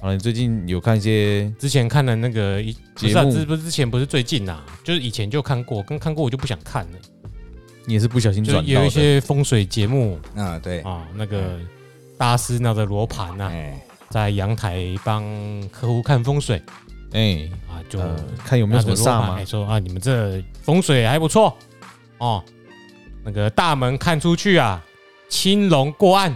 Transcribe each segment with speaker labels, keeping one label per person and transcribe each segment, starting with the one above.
Speaker 1: 好啊了，你最近有看一些
Speaker 2: 之前看的那个一不是、
Speaker 1: 节
Speaker 2: 啊，
Speaker 1: 目
Speaker 2: 这不是之前不是最近啊，就是以前就看过，跟看过我就不想看了。
Speaker 1: 你也是不小心
Speaker 2: 就
Speaker 1: 转
Speaker 2: 有
Speaker 1: 到
Speaker 2: 一
Speaker 1: 的，
Speaker 2: 些风水节目
Speaker 3: 啊，对，
Speaker 2: 啊，那个大师拿着罗盘呐，
Speaker 3: 哎，
Speaker 2: 在阳台帮客户看风水
Speaker 1: 哎，
Speaker 2: 啊，就
Speaker 1: 呃，看有没有
Speaker 2: 拿
Speaker 1: 什
Speaker 2: 着
Speaker 1: 么
Speaker 2: 罗
Speaker 1: 煞
Speaker 2: 盘
Speaker 1: 嘛
Speaker 2: 哎？说啊，你们这风水还不错哦，那个大门看出去啊，青龙过岸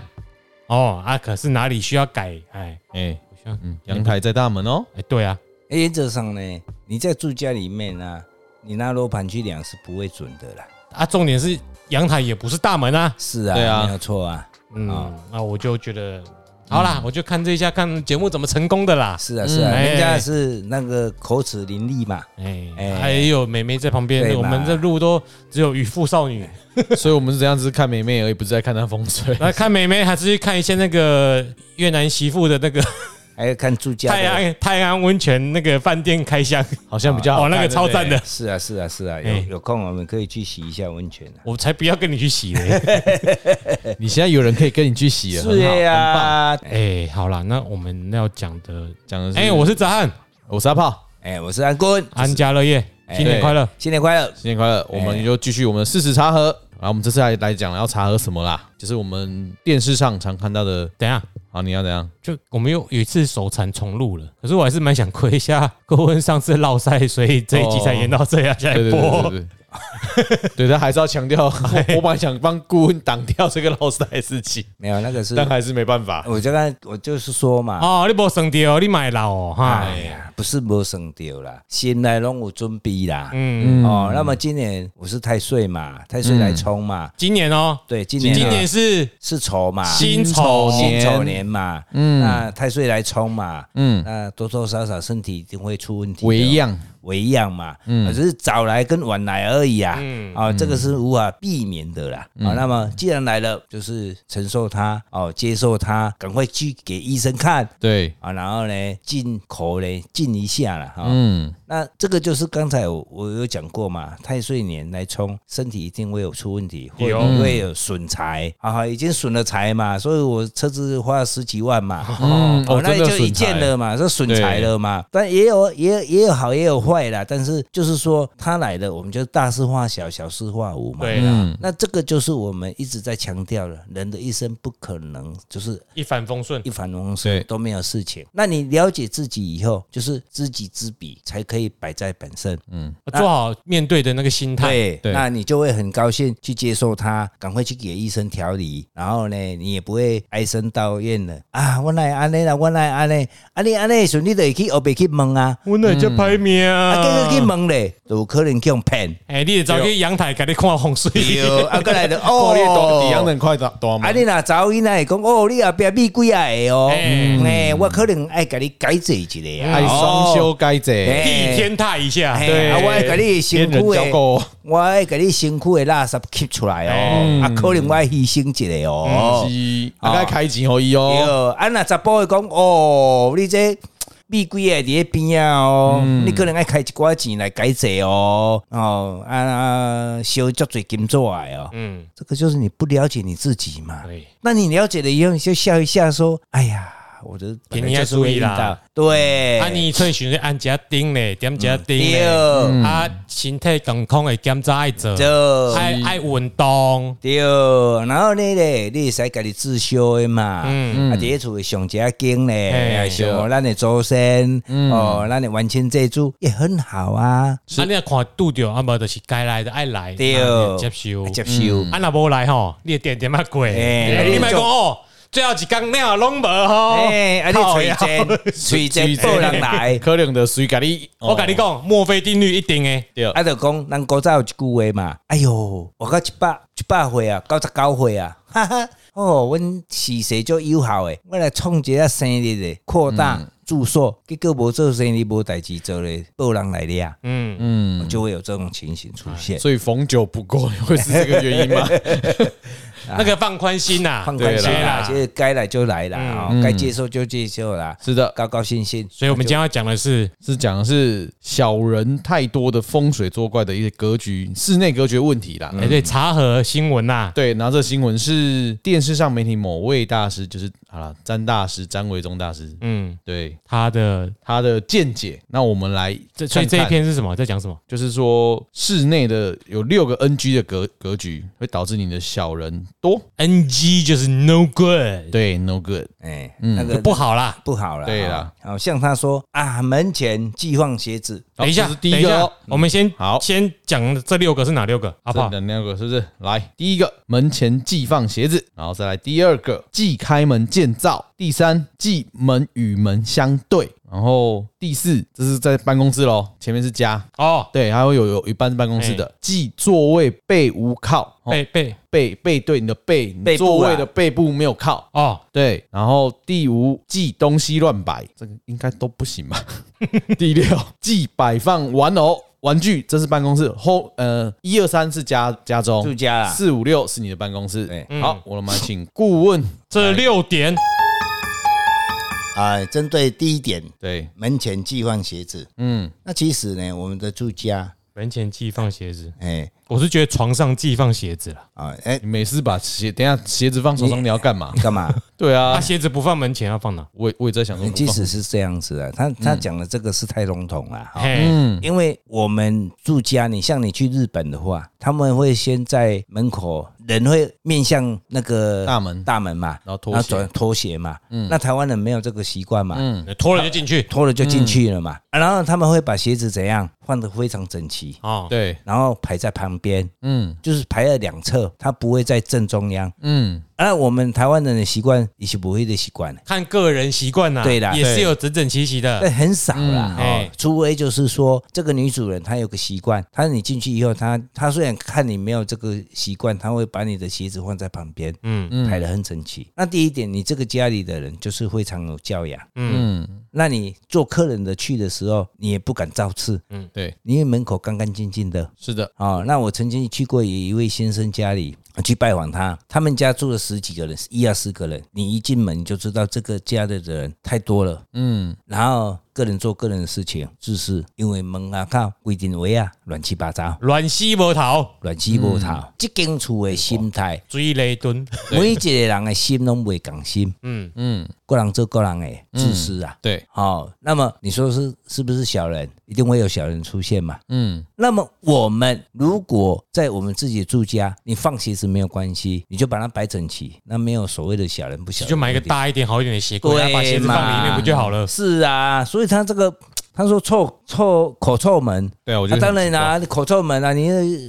Speaker 2: 哦啊，可是哪里需要改？哎，
Speaker 1: 哎，
Speaker 2: 我想
Speaker 1: 嗯，阳台在大门 哦，
Speaker 2: 哎，对啊，
Speaker 3: 哎原则上呢，你在住家里面啊，你拿罗盘去量是不会准的啦。
Speaker 2: 啊，重点是阳台也不是大门啊，
Speaker 3: 是啊，
Speaker 1: 对啊
Speaker 3: 没有错啊，
Speaker 2: 嗯，那我就觉得好啦，我就看这一下看节目怎么成功的啦。
Speaker 3: 是啊，是
Speaker 2: 嗯
Speaker 3: 啊，人
Speaker 2: 哎
Speaker 3: 家是那个口齿伶俐嘛，
Speaker 2: 哎，
Speaker 3: 哎
Speaker 2: 还有美眉在旁边，
Speaker 3: 对
Speaker 2: 我
Speaker 3: 嘛
Speaker 2: 们这路都只有渔夫少女。
Speaker 1: 所以我们是这样子看妹妹而已，不是在看她风水。
Speaker 2: 那看美眉还是去看一些那个越南媳妇的那个
Speaker 3: 还要看住家
Speaker 2: 泰
Speaker 3: 的。
Speaker 2: 安泰安温泉那个饭店开箱，
Speaker 1: 好像比较好
Speaker 2: 哦，
Speaker 1: 看
Speaker 2: 那个超赞。
Speaker 1: 对
Speaker 2: 的
Speaker 1: 不对，
Speaker 3: 是啊，是啊，是啊，有
Speaker 2: 哎
Speaker 3: 有空我们可以去洗一下温泉啊。
Speaker 2: 我才不要跟你去洗嘞。
Speaker 1: 你现在有人可以跟你去洗了，
Speaker 3: 是
Speaker 1: 很好很棒。
Speaker 3: 啊，
Speaker 2: 哎，好啦，那我们要讲的，
Speaker 1: 讲的是，
Speaker 2: 哎，我是泽汉，
Speaker 1: 我是阿炮，
Speaker 3: 哎，我是安坤，
Speaker 2: 安家乐业，新年快乐。
Speaker 3: 新年快乐。
Speaker 1: 新年快
Speaker 2: 哎
Speaker 1: 乐！我们就继续我们的事实茶盒，然后我们这次来来讲要茶盒什么啦，就是我们电视上常看到的。
Speaker 2: 等一下，
Speaker 1: 好，你要怎样？
Speaker 2: 就我们又有一次手残重录了，可是我还是蛮想亏一下 郭问上次落赛，所以这一集才延到这样下来
Speaker 1: 对对对对
Speaker 2: 哎播。哎
Speaker 1: 对，对 他还是要强 调，我我本来想帮顾问挡掉这个老师的事情，
Speaker 3: 没有那个是，
Speaker 1: 但还是没办法。
Speaker 3: 我就刚我就是说嘛，
Speaker 2: 哦，你无省掉，你买老哦哈。
Speaker 3: 哎呀，不是没省掉啦，先来拢有准备啦。
Speaker 2: 嗯，
Speaker 1: 嗯，
Speaker 3: 哦，那么今年我是太岁嘛，太岁来冲嘛，
Speaker 2: 今年哦，
Speaker 3: 对，今年啊
Speaker 2: 今年是
Speaker 3: 是丑嘛，
Speaker 2: 辛丑
Speaker 3: 辛
Speaker 1: 年
Speaker 3: 丑年嘛，嗯，那太岁来冲嘛，嗯，那多多少少身体一定会出问题的，
Speaker 1: 为样，
Speaker 3: 为一样嘛，嗯，只是早来跟晚来而已啊，
Speaker 2: 嗯
Speaker 3: 啊，这个是无法避免的啦，啊，那么既然来了，就是承受它，哦，接受它，赶快去给医生看。
Speaker 1: 对，
Speaker 3: 啊，然后呢，进口呢，进一下哦了哈。
Speaker 1: 嗯，
Speaker 3: 那这个就是刚才我我有讲过嘛，太岁年来冲，身体一定会有出问题，会
Speaker 2: 有
Speaker 3: 会有损财啊，已经损了财嘛，所以我车子花了十几万嘛，
Speaker 1: 嗯
Speaker 3: 哦
Speaker 1: 哦，
Speaker 3: 那
Speaker 1: 真的
Speaker 3: 就一
Speaker 1: 损财
Speaker 3: 件了嘛，这损财了嘛，但也有也有也有好也有坏啦，但是就是说它来了，我们就大事化小，小事化无嘛。
Speaker 1: 啊
Speaker 2: 对啊啦，
Speaker 1: 嗯
Speaker 3: 那这个就是我们一直在强调的，人的一生不可能就是
Speaker 2: 一帆风顺。
Speaker 3: 一帆风
Speaker 1: 对
Speaker 3: 顺都没有事情。那你了解自己以后，就是知己知彼，才可以摆在本身。
Speaker 2: 做好面对的那个心态。
Speaker 3: 对，
Speaker 1: 嗯对
Speaker 3: 那你就会很高兴去接受它，赶快去给医生调理，然后呢，你也不会唉声道怨了啊！我来安内啦，我来安内，安内安内，顺利的去，我别去问啊，
Speaker 2: 我那叫排名
Speaker 1: 嗯
Speaker 3: 啊，
Speaker 2: 啊
Speaker 3: 这个去问咧，有可能去用骗。
Speaker 2: 哎，你得找去阳台给你看风水。
Speaker 3: 有啊，过来的
Speaker 1: 破裂多，一样
Speaker 3: 哦。
Speaker 1: 很快的多
Speaker 3: 啊，
Speaker 1: 嘛
Speaker 3: 你。若走伊会讲哦，你后壁米几啊个哦，
Speaker 2: 嗯
Speaker 3: 诶，我可能爱甲你改做一个
Speaker 1: 爱
Speaker 3: 啊，
Speaker 1: 哎双
Speaker 3: 哦
Speaker 1: 修该者，
Speaker 3: 哎
Speaker 2: 地天踏一下，
Speaker 3: 嘿，啊，我会甲你
Speaker 1: 仙
Speaker 3: 身
Speaker 1: 人
Speaker 3: 躯
Speaker 1: 交
Speaker 3: 的，
Speaker 1: 够，
Speaker 3: 我会甲你身躯的垃圾吸出来
Speaker 2: 嗯
Speaker 3: 哦，啊，可能我会牺牲一个哦。
Speaker 1: 是大概开钱可以
Speaker 3: 对
Speaker 1: 哦。，
Speaker 3: 哦，啊，若查甫会讲哦，你这米贵个伫咧边啊哦，
Speaker 2: 嗯
Speaker 3: 你可能爱开一寡钱来改制哦，哦，啊啊，烧足侪金纸来哦，
Speaker 2: 嗯，
Speaker 3: 这个就是你不了解你自己嘛。
Speaker 2: 对，
Speaker 3: 那你了解了以后，你就笑一下说，哎呀。我的
Speaker 2: 给
Speaker 3: 本
Speaker 2: 你
Speaker 3: 来就是会
Speaker 2: 注意
Speaker 3: 遇
Speaker 2: 啦
Speaker 3: 到，对，
Speaker 2: 啊，你趁寻按家丁嘞，点家丁
Speaker 3: 哎对
Speaker 2: 嘞，啊，身体健康的检查爱做，
Speaker 3: 就
Speaker 2: 爱爱运动，
Speaker 3: 对，然后呢咧，你会使家己自修的嘛，
Speaker 2: 嗯
Speaker 3: 啊，第一厝会上一下经
Speaker 2: 嘿
Speaker 3: 咧，啊上咱的祖先，哦，咱的完全祭祖也很好啊，
Speaker 2: 啊，你若看拄着啊，无就是该来的爱来，
Speaker 3: 对
Speaker 2: 啊你接受
Speaker 3: 啊。接受，
Speaker 2: 啊，若无来吼，你的点点啊过，
Speaker 3: 哎
Speaker 2: 你莫讲
Speaker 3: 你做
Speaker 2: 哦，最后一工了拢无吼。
Speaker 3: 哎，啊
Speaker 2: 靠
Speaker 3: 你
Speaker 2: 呀
Speaker 3: 垂涎，垂涎报人来哦
Speaker 1: 可能的水咖喱，
Speaker 2: 我跟你讲，墨菲定律一定诶，
Speaker 1: 对，
Speaker 3: 啊，就讲咱古早有一句话嘛，哎哟，活到一百一百岁啊，九十九岁啊，哈哈，哦，阮是谁做友好诶，我来创一下生日诶，扩大住宿，结果无做生日无代志做咧，报人来咧啊。
Speaker 2: 嗯，
Speaker 1: 嗯，哎
Speaker 3: 就会有这种情形出现。
Speaker 1: 所以逢酒不过会是这个原因吗？
Speaker 2: 那个放宽心呐，
Speaker 3: 放宽心
Speaker 1: 对
Speaker 3: 啦，
Speaker 2: 啦
Speaker 3: 其实该来就来啦，啊、
Speaker 1: 嗯
Speaker 3: 该接受就接受啦，
Speaker 1: 是的，
Speaker 3: 高高兴兴。
Speaker 2: 所以我们今天要讲的是，
Speaker 1: 是讲的是小人太多的风水作怪的一些格局、室内格局的问题啦。
Speaker 3: 嗯
Speaker 2: 哎，对，茶和新闻呐，
Speaker 1: 对，然后这新闻是电视上媒体某位大师，就是好了，詹大师、詹维忠大师，
Speaker 2: 嗯，
Speaker 1: 对
Speaker 2: 他的
Speaker 1: 他的见解。那我们来
Speaker 2: 这
Speaker 1: 看
Speaker 2: 所以
Speaker 1: 看
Speaker 2: 这一篇是什么？在讲什么？
Speaker 1: 就是说室内的有六个 NG 的格格局，会导致你的小人多，
Speaker 2: NG 就是 no good，
Speaker 1: 对，no good，
Speaker 3: 哎、那个
Speaker 1: 嗯
Speaker 2: 就不好啦。
Speaker 3: 不好了。
Speaker 1: 对啦
Speaker 3: 啊，好像他说啊，门前即放鞋子，
Speaker 1: 好
Speaker 2: 等一下，
Speaker 1: 这是第一
Speaker 2: 等
Speaker 1: 个
Speaker 2: 下
Speaker 1: 哦
Speaker 2: 我们先
Speaker 1: 好
Speaker 2: 先讲这六个是哪六个，好不好
Speaker 1: 这？两个是不是？来，第一个门前忌放鞋子，然后再来第二个忌开门见灶，第三忌门与门相对，然后第四这是在办公室喽，前面是家，
Speaker 2: 哦，
Speaker 1: 对，还会有有一半是办公室的，忌座位背无靠，哦
Speaker 2: 背背
Speaker 1: 背背对你的背，你
Speaker 3: 背部啊
Speaker 1: 座位的背部没有靠，
Speaker 2: 哦，
Speaker 1: 对，然后第五忌东西乱摆，这个应该都不行吧。 第六忌摆放玩偶、玩具，这是办公室后呃一二三是家家中
Speaker 3: 住家啦
Speaker 1: 四五六是你的办公室。
Speaker 3: 对嗯
Speaker 1: 好，我们来请顾问。
Speaker 2: 这六点
Speaker 4: 啊，针对第一点，
Speaker 1: 对，
Speaker 4: 门前寄放鞋子。
Speaker 1: 嗯，
Speaker 4: 那其实呢，我们的住家，
Speaker 2: 门前寄放鞋子，
Speaker 4: 哎
Speaker 2: 我是觉得床上寄放鞋子啦，
Speaker 4: 啊哎，
Speaker 1: 你每次把鞋等一下鞋子放手上，你要干嘛？
Speaker 4: 干嘛？
Speaker 1: 对
Speaker 2: 啊，
Speaker 1: 啊，
Speaker 2: 鞋子不放门前要放哪？
Speaker 1: 我也我也在想说，
Speaker 3: 即使是这样子啊，他他讲的这个是太笼统了。哈
Speaker 2: 嘿，
Speaker 1: 嗯，
Speaker 3: 因为我们住家，你像你去日本的话，他们会先在门口，人会面向那个
Speaker 1: 大门
Speaker 3: 大门嘛，
Speaker 1: 然后脱鞋嗯
Speaker 3: 走拖鞋嘛。那台湾人没有这个习惯嘛，
Speaker 2: 脱了就进去
Speaker 3: 脱了就进去了嘛。
Speaker 1: 嗯
Speaker 3: 啊然后他们会把鞋子怎样放得非常整齐，
Speaker 2: 哦，
Speaker 1: 对，
Speaker 3: 然后排在旁边，
Speaker 1: 嗯
Speaker 3: 就是排在两侧，它不会在正中央。
Speaker 1: 嗯，
Speaker 3: 啊，我们台湾人的习惯也是不会的习惯了，
Speaker 2: 看个人习惯啦，
Speaker 3: 对啦
Speaker 2: 也是有整整齐齐
Speaker 3: 但
Speaker 2: 的，
Speaker 3: 很少啦。
Speaker 2: 嗯
Speaker 3: 哦，除非就是说，这个女主人她有个习惯，她你进去以后，她她虽然看你没有这个习惯，她会把你的鞋子放在旁边，
Speaker 2: 嗯
Speaker 3: 排得很整齐。那第一点，你这个家里的人就是非常有教养。
Speaker 2: 嗯，
Speaker 3: 那你做客人的去的时候，你也不敢造次，
Speaker 2: 嗯
Speaker 1: 对，
Speaker 3: 因为门口干干净净的。
Speaker 1: 是的，
Speaker 3: 哦，那我曾经去过一位先生家里去拜访他，他们家住了十几个人，一二十个人，你一进门你就知道这个家的人太多了。
Speaker 1: 嗯，
Speaker 3: 然后个人做个人的事情，就是因为门啊靠规定为啊乱七八糟，
Speaker 2: 软西无头，
Speaker 3: 乱七八糟。这间厝的心态，
Speaker 2: 追雷蹲，
Speaker 3: 每一个人的心拢未共心，
Speaker 2: 嗯，
Speaker 3: 个人做个人的自私啊。
Speaker 1: 对，
Speaker 3: 哦，那么你说是是不是小人？一定会有小人出现嘛？
Speaker 1: 嗯
Speaker 3: 那么我们如果在我们自己住家，你放鞋子没有关系，你就把它摆整齐，那没有所谓的小人不小人，
Speaker 2: 就买一个。大一点、好一点的鞋柜，
Speaker 3: 对
Speaker 2: 啊把鞋子放里面
Speaker 3: 嘛
Speaker 2: 不就好了？
Speaker 3: 是啊，所以他这个他说臭臭口臭门，
Speaker 1: 对啊，我觉
Speaker 3: 啊、
Speaker 1: 得
Speaker 3: 当然啦、你口臭门啊，你呃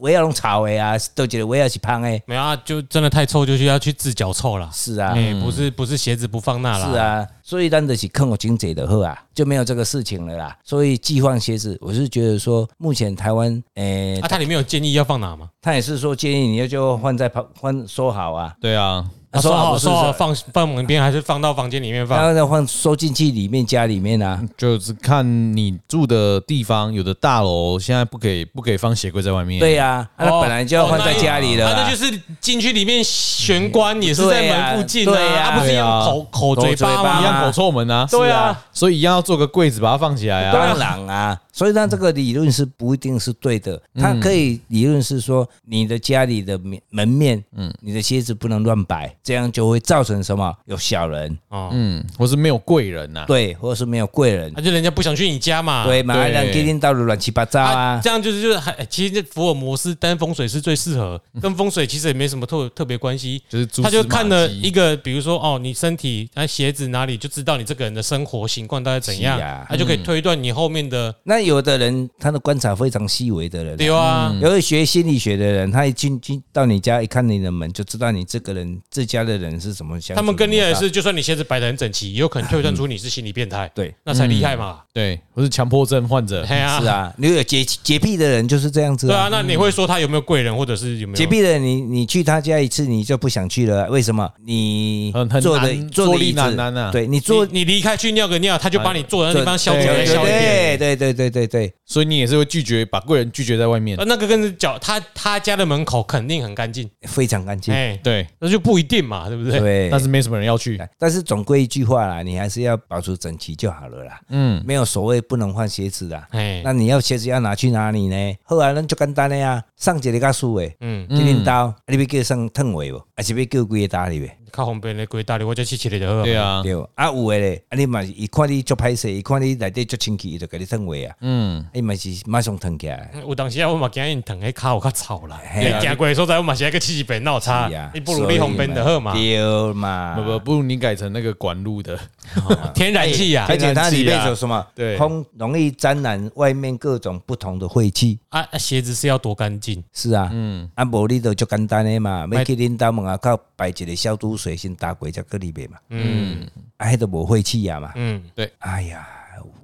Speaker 3: 围绕拢草的啊，都觉得围绕是胖的，
Speaker 2: 没有啊，就真的太臭，就是要去治脚臭啦。
Speaker 3: 是啊。
Speaker 2: 哎，不是不是鞋子不放那啦，
Speaker 3: 是，啊，所以咱就是坑我经济的后啊，就没有这个事情了啦。所以寄放鞋子，我是觉得说，目前台湾，诶、
Speaker 2: 啊，它里面有建议要放哪吗？
Speaker 3: 他也是说建议你要就换在旁换收好啊，
Speaker 1: 对啊，
Speaker 2: 啊，
Speaker 3: 啊
Speaker 2: 收
Speaker 3: 收好
Speaker 2: 好
Speaker 3: 不是
Speaker 2: 收好放放门边，还是放到房间里面
Speaker 3: 然
Speaker 2: 放？哦
Speaker 3: 后再换收进去里面家里面啊，
Speaker 1: 就是看你住的地方，有的大楼现在不给不给放鞋柜在外面。
Speaker 3: 对呀、啊，
Speaker 2: 哦
Speaker 3: 那本来就要换在家里了
Speaker 2: 啊，那
Speaker 3: 啊
Speaker 2: 就。是进去里面玄关也是在
Speaker 3: 对啊
Speaker 2: 门附近
Speaker 3: 对
Speaker 2: 啊，
Speaker 3: 啊
Speaker 2: 啊不是一样口口
Speaker 3: 口
Speaker 2: 嘴
Speaker 3: 嘴
Speaker 2: 巴
Speaker 3: 巴
Speaker 1: 一
Speaker 2: 吗
Speaker 3: 嘛？
Speaker 1: 样口臭门啊，
Speaker 2: 对啊
Speaker 3: 是，
Speaker 1: 所以一样要做个柜子把它放起来啊。
Speaker 3: 当然啊，所以它这个理论是不一定是对的，
Speaker 2: 嗯
Speaker 3: 它可以理论是说你的家里的门门面，嗯，你的鞋子不能乱摆，这样就会造成什么？有小人
Speaker 2: 哦，
Speaker 1: 嗯，或是没有贵人啊呐、
Speaker 3: 对，或者是没有贵人
Speaker 2: 啊，就人家不想去你家嘛。
Speaker 3: 对嘛，
Speaker 1: 对
Speaker 3: 让给领到的乱七八糟
Speaker 2: 啊
Speaker 3: 啊，
Speaker 2: 这。样就是就是还其实这福尔摩斯单风水是最适合，
Speaker 3: 嗯
Speaker 2: 跟风水其实也没什么特特别关系。
Speaker 1: 就是蛛丝
Speaker 2: 他就看了
Speaker 1: 马迹
Speaker 2: 一个，比如说哦，你身体啊鞋子哪里就知道你这个人的生活情况大概怎样
Speaker 3: 是啊，嗯
Speaker 2: 他就可以推断你后面的
Speaker 3: 那有的人他的观察非常细微的人啊，
Speaker 2: 对啊，
Speaker 3: 有的学心理学的人，他一进进到你家一看你的门，就知道你这个人这家的啊人是怎么想。
Speaker 2: 他们跟你也是，就算你鞋子摆得很整齐，也有可能推断出你是心理变态，
Speaker 3: 对，嗯
Speaker 2: 那才厉害嘛。
Speaker 1: 对，或是强迫症患者。
Speaker 2: 嘿啊
Speaker 3: 是，啊，你有洁洁癖的人就是这样子
Speaker 2: 对啊，。那你会说他有没有贵人，或者是有没有
Speaker 3: 洁癖的人，你你去他家一次你就不想去了，啊为什么？你
Speaker 1: 很很
Speaker 3: 坐的
Speaker 1: 难
Speaker 3: 坐
Speaker 1: 坐
Speaker 3: 的
Speaker 1: 立
Speaker 3: 椅子
Speaker 1: 难安啊
Speaker 3: 对你
Speaker 2: 你
Speaker 3: 坐
Speaker 2: 你离开去尿个尿，他就把你坐在那地方消毒
Speaker 1: 对
Speaker 2: 消一遍。
Speaker 3: 对对对对对对对，
Speaker 1: 所以你也是会拒绝把贵人拒绝在外面
Speaker 2: 呃，。那个跟脚他他家的门口肯定很干净，
Speaker 3: 非常干净。
Speaker 2: 哎，
Speaker 1: 对，
Speaker 2: 那就不一定嘛，对不对？
Speaker 3: 对，
Speaker 1: 但是没什么人要去。
Speaker 3: 但是总归一句话啦，你还是要保持整齐就好了啦。
Speaker 1: 嗯，
Speaker 3: 没有所谓不能换鞋子啦。
Speaker 2: 哎，
Speaker 3: 那你要鞋子要拿去哪里呢？后来咱就简单的呀，上一个甲输诶，
Speaker 2: 嗯，
Speaker 3: 一领刀，啊你要叫上烫位无，还是要叫几个打你呗？
Speaker 2: 靠红边的鬼大理，我就去吃了就好了。
Speaker 1: 对啊，
Speaker 3: 对，啊有诶咧，啊你嘛是伊看你足歹势，伊看你内底足清气，伊就给你烫位啊，
Speaker 1: 嗯，
Speaker 3: 伊嘛是马上烫起来。
Speaker 2: 有当时啊，我嘛惊因疼，迄骹有较臭啦。
Speaker 3: 嘿
Speaker 2: 你行过的所在，我嘛是爱去试一遍，哪有差
Speaker 3: 是啊？
Speaker 2: 你不如你红边的好嘛，
Speaker 3: 对嘛，
Speaker 1: 不不，不如你改成那个管路的。
Speaker 2: 天然气啊
Speaker 3: 而且它里
Speaker 1: 天然气
Speaker 3: 面
Speaker 1: 啊
Speaker 3: 有什么？
Speaker 1: 对
Speaker 3: 空容易沾染外面各种不同的晦气。
Speaker 2: 啊！啊鞋子是要多干净，
Speaker 3: 是啊，嗯，啊，无你就足简单诶嘛，
Speaker 2: 买
Speaker 3: 要去恁兜门口摆一个消毒水先打过才搁里面嘛，
Speaker 2: 嗯
Speaker 3: 啊，迄都无晦气啊嘛，
Speaker 2: 嗯，
Speaker 3: 哎呀，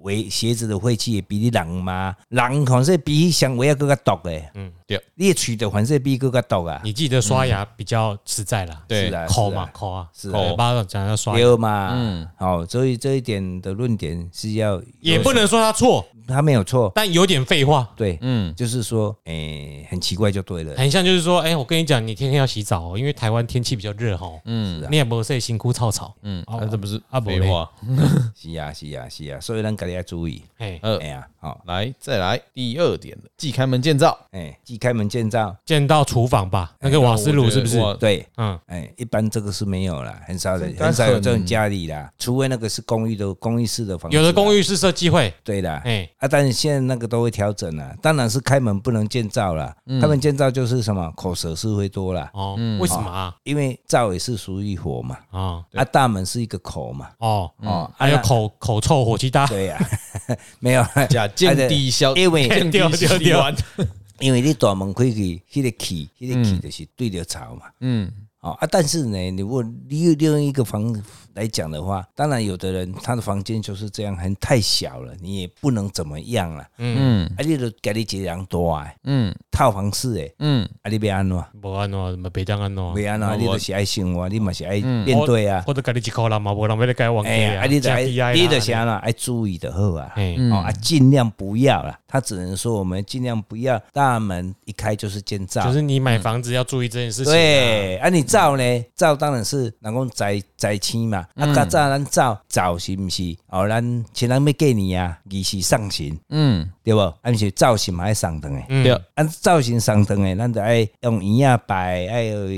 Speaker 3: 鞋鞋子的晦气会比你人嘛，人反正比香味啊更较毒诶，
Speaker 2: 嗯
Speaker 3: 嗯，
Speaker 1: 对，
Speaker 3: 你的喙就反正比更较毒啊，
Speaker 2: 你记得刷牙比较实在啦，
Speaker 1: 对
Speaker 3: 是啊
Speaker 2: 抠嘛抠啊，
Speaker 3: 是啊
Speaker 2: 口巴掌讲要刷牙，
Speaker 3: 对嘛，
Speaker 1: 嗯
Speaker 3: 嗯，好，所以这一点的论点是要，
Speaker 2: 也不能说他错，
Speaker 3: 他没有错，
Speaker 2: 但有点废话，
Speaker 3: 对，
Speaker 1: 嗯，
Speaker 3: 就是说，诶，很奇怪就对了，
Speaker 2: 很像就是说，哎，我跟你讲，你天天要洗澡哦，因为台湾天气比较热哦，嗯，你也不会辛苦操操，嗯，
Speaker 1: 啊，这不是
Speaker 2: 啊
Speaker 1: 废
Speaker 2: 没
Speaker 1: 话。
Speaker 3: 是啊，是啊，是啊，所以咱家己要注意，
Speaker 2: 哎，
Speaker 1: 呃
Speaker 3: 哎，呀，好，
Speaker 1: 来，再来第二点了，即开门见灶。
Speaker 3: 哎，既开门见灶，
Speaker 2: 见到厨房吧，那个瓦斯炉是不是？
Speaker 1: 我觉得？
Speaker 3: 对。
Speaker 2: 嗯，
Speaker 3: 哎，一般这个是没有啦，很少人
Speaker 1: 这个
Speaker 3: 很少有
Speaker 1: 很
Speaker 3: 这种家里啦，除非那个是公寓的公寓式的房子啦，
Speaker 2: 有的公
Speaker 3: 寓
Speaker 2: 寓是设计会，
Speaker 3: 对啦，
Speaker 2: 哎，
Speaker 3: 嗯啊，但是现在那个都会调整啦，当然是开门不能建造啦，开门建造就是什么口舌是非多啦，
Speaker 2: 哦，为什么啊？
Speaker 3: 因为灶也是属于火嘛，
Speaker 2: 啊，
Speaker 3: 啊，大门是一个口嘛，
Speaker 2: 哦，
Speaker 3: 哦，啊
Speaker 2: 还有
Speaker 3: 那
Speaker 2: 口口臭、火气大，
Speaker 3: 对呀，没有啦，啊
Speaker 1: 假见低消，
Speaker 3: 因为
Speaker 1: 见低消
Speaker 2: 对对对
Speaker 1: 完。
Speaker 3: 因为你大门开去，迄、个气，迄、个气就是对着潮嘛。
Speaker 1: 嗯，
Speaker 3: 哦啊，但是呢，你如果利用利用一个房来讲的话，当然有的人他的房间就是这样，很太小了，你也不能怎么样了。
Speaker 1: 嗯
Speaker 3: 啊，你都给你一个人住的
Speaker 1: 嗯
Speaker 3: 套房式诶，
Speaker 1: 嗯，
Speaker 3: 啊，你要安怎？
Speaker 2: 无安怎，嘛别当安怎，
Speaker 3: 袂安
Speaker 1: 啊
Speaker 3: 怎？你
Speaker 1: 我嗯
Speaker 3: 就是爱生活，你嘛是爱面对啊。
Speaker 2: 或者家己一口人嘛，无人要你改
Speaker 1: 哦
Speaker 2: 往
Speaker 3: 哎呀，啊，你就爱，你就是安怎爱注意的好啊。
Speaker 2: 哎，
Speaker 1: 嗯
Speaker 3: 哦啊，尽量不要啦。他只能说我们尽量不要大门一开就是建造，
Speaker 2: 就是你买房子要注意这件事情。，
Speaker 3: 对，啊，你灶呢？灶当然是人讲宅宅青嘛。啊，较早咱灶灶是毋是？哦，咱前咱要过年啊，二是上神，
Speaker 1: 嗯，
Speaker 3: 对无？啊，毋是灶神嘛爱上堂诶。
Speaker 2: 嗯
Speaker 1: 对，
Speaker 3: 啊，灶神上堂诶，咱就爱用圆啊拜，爱有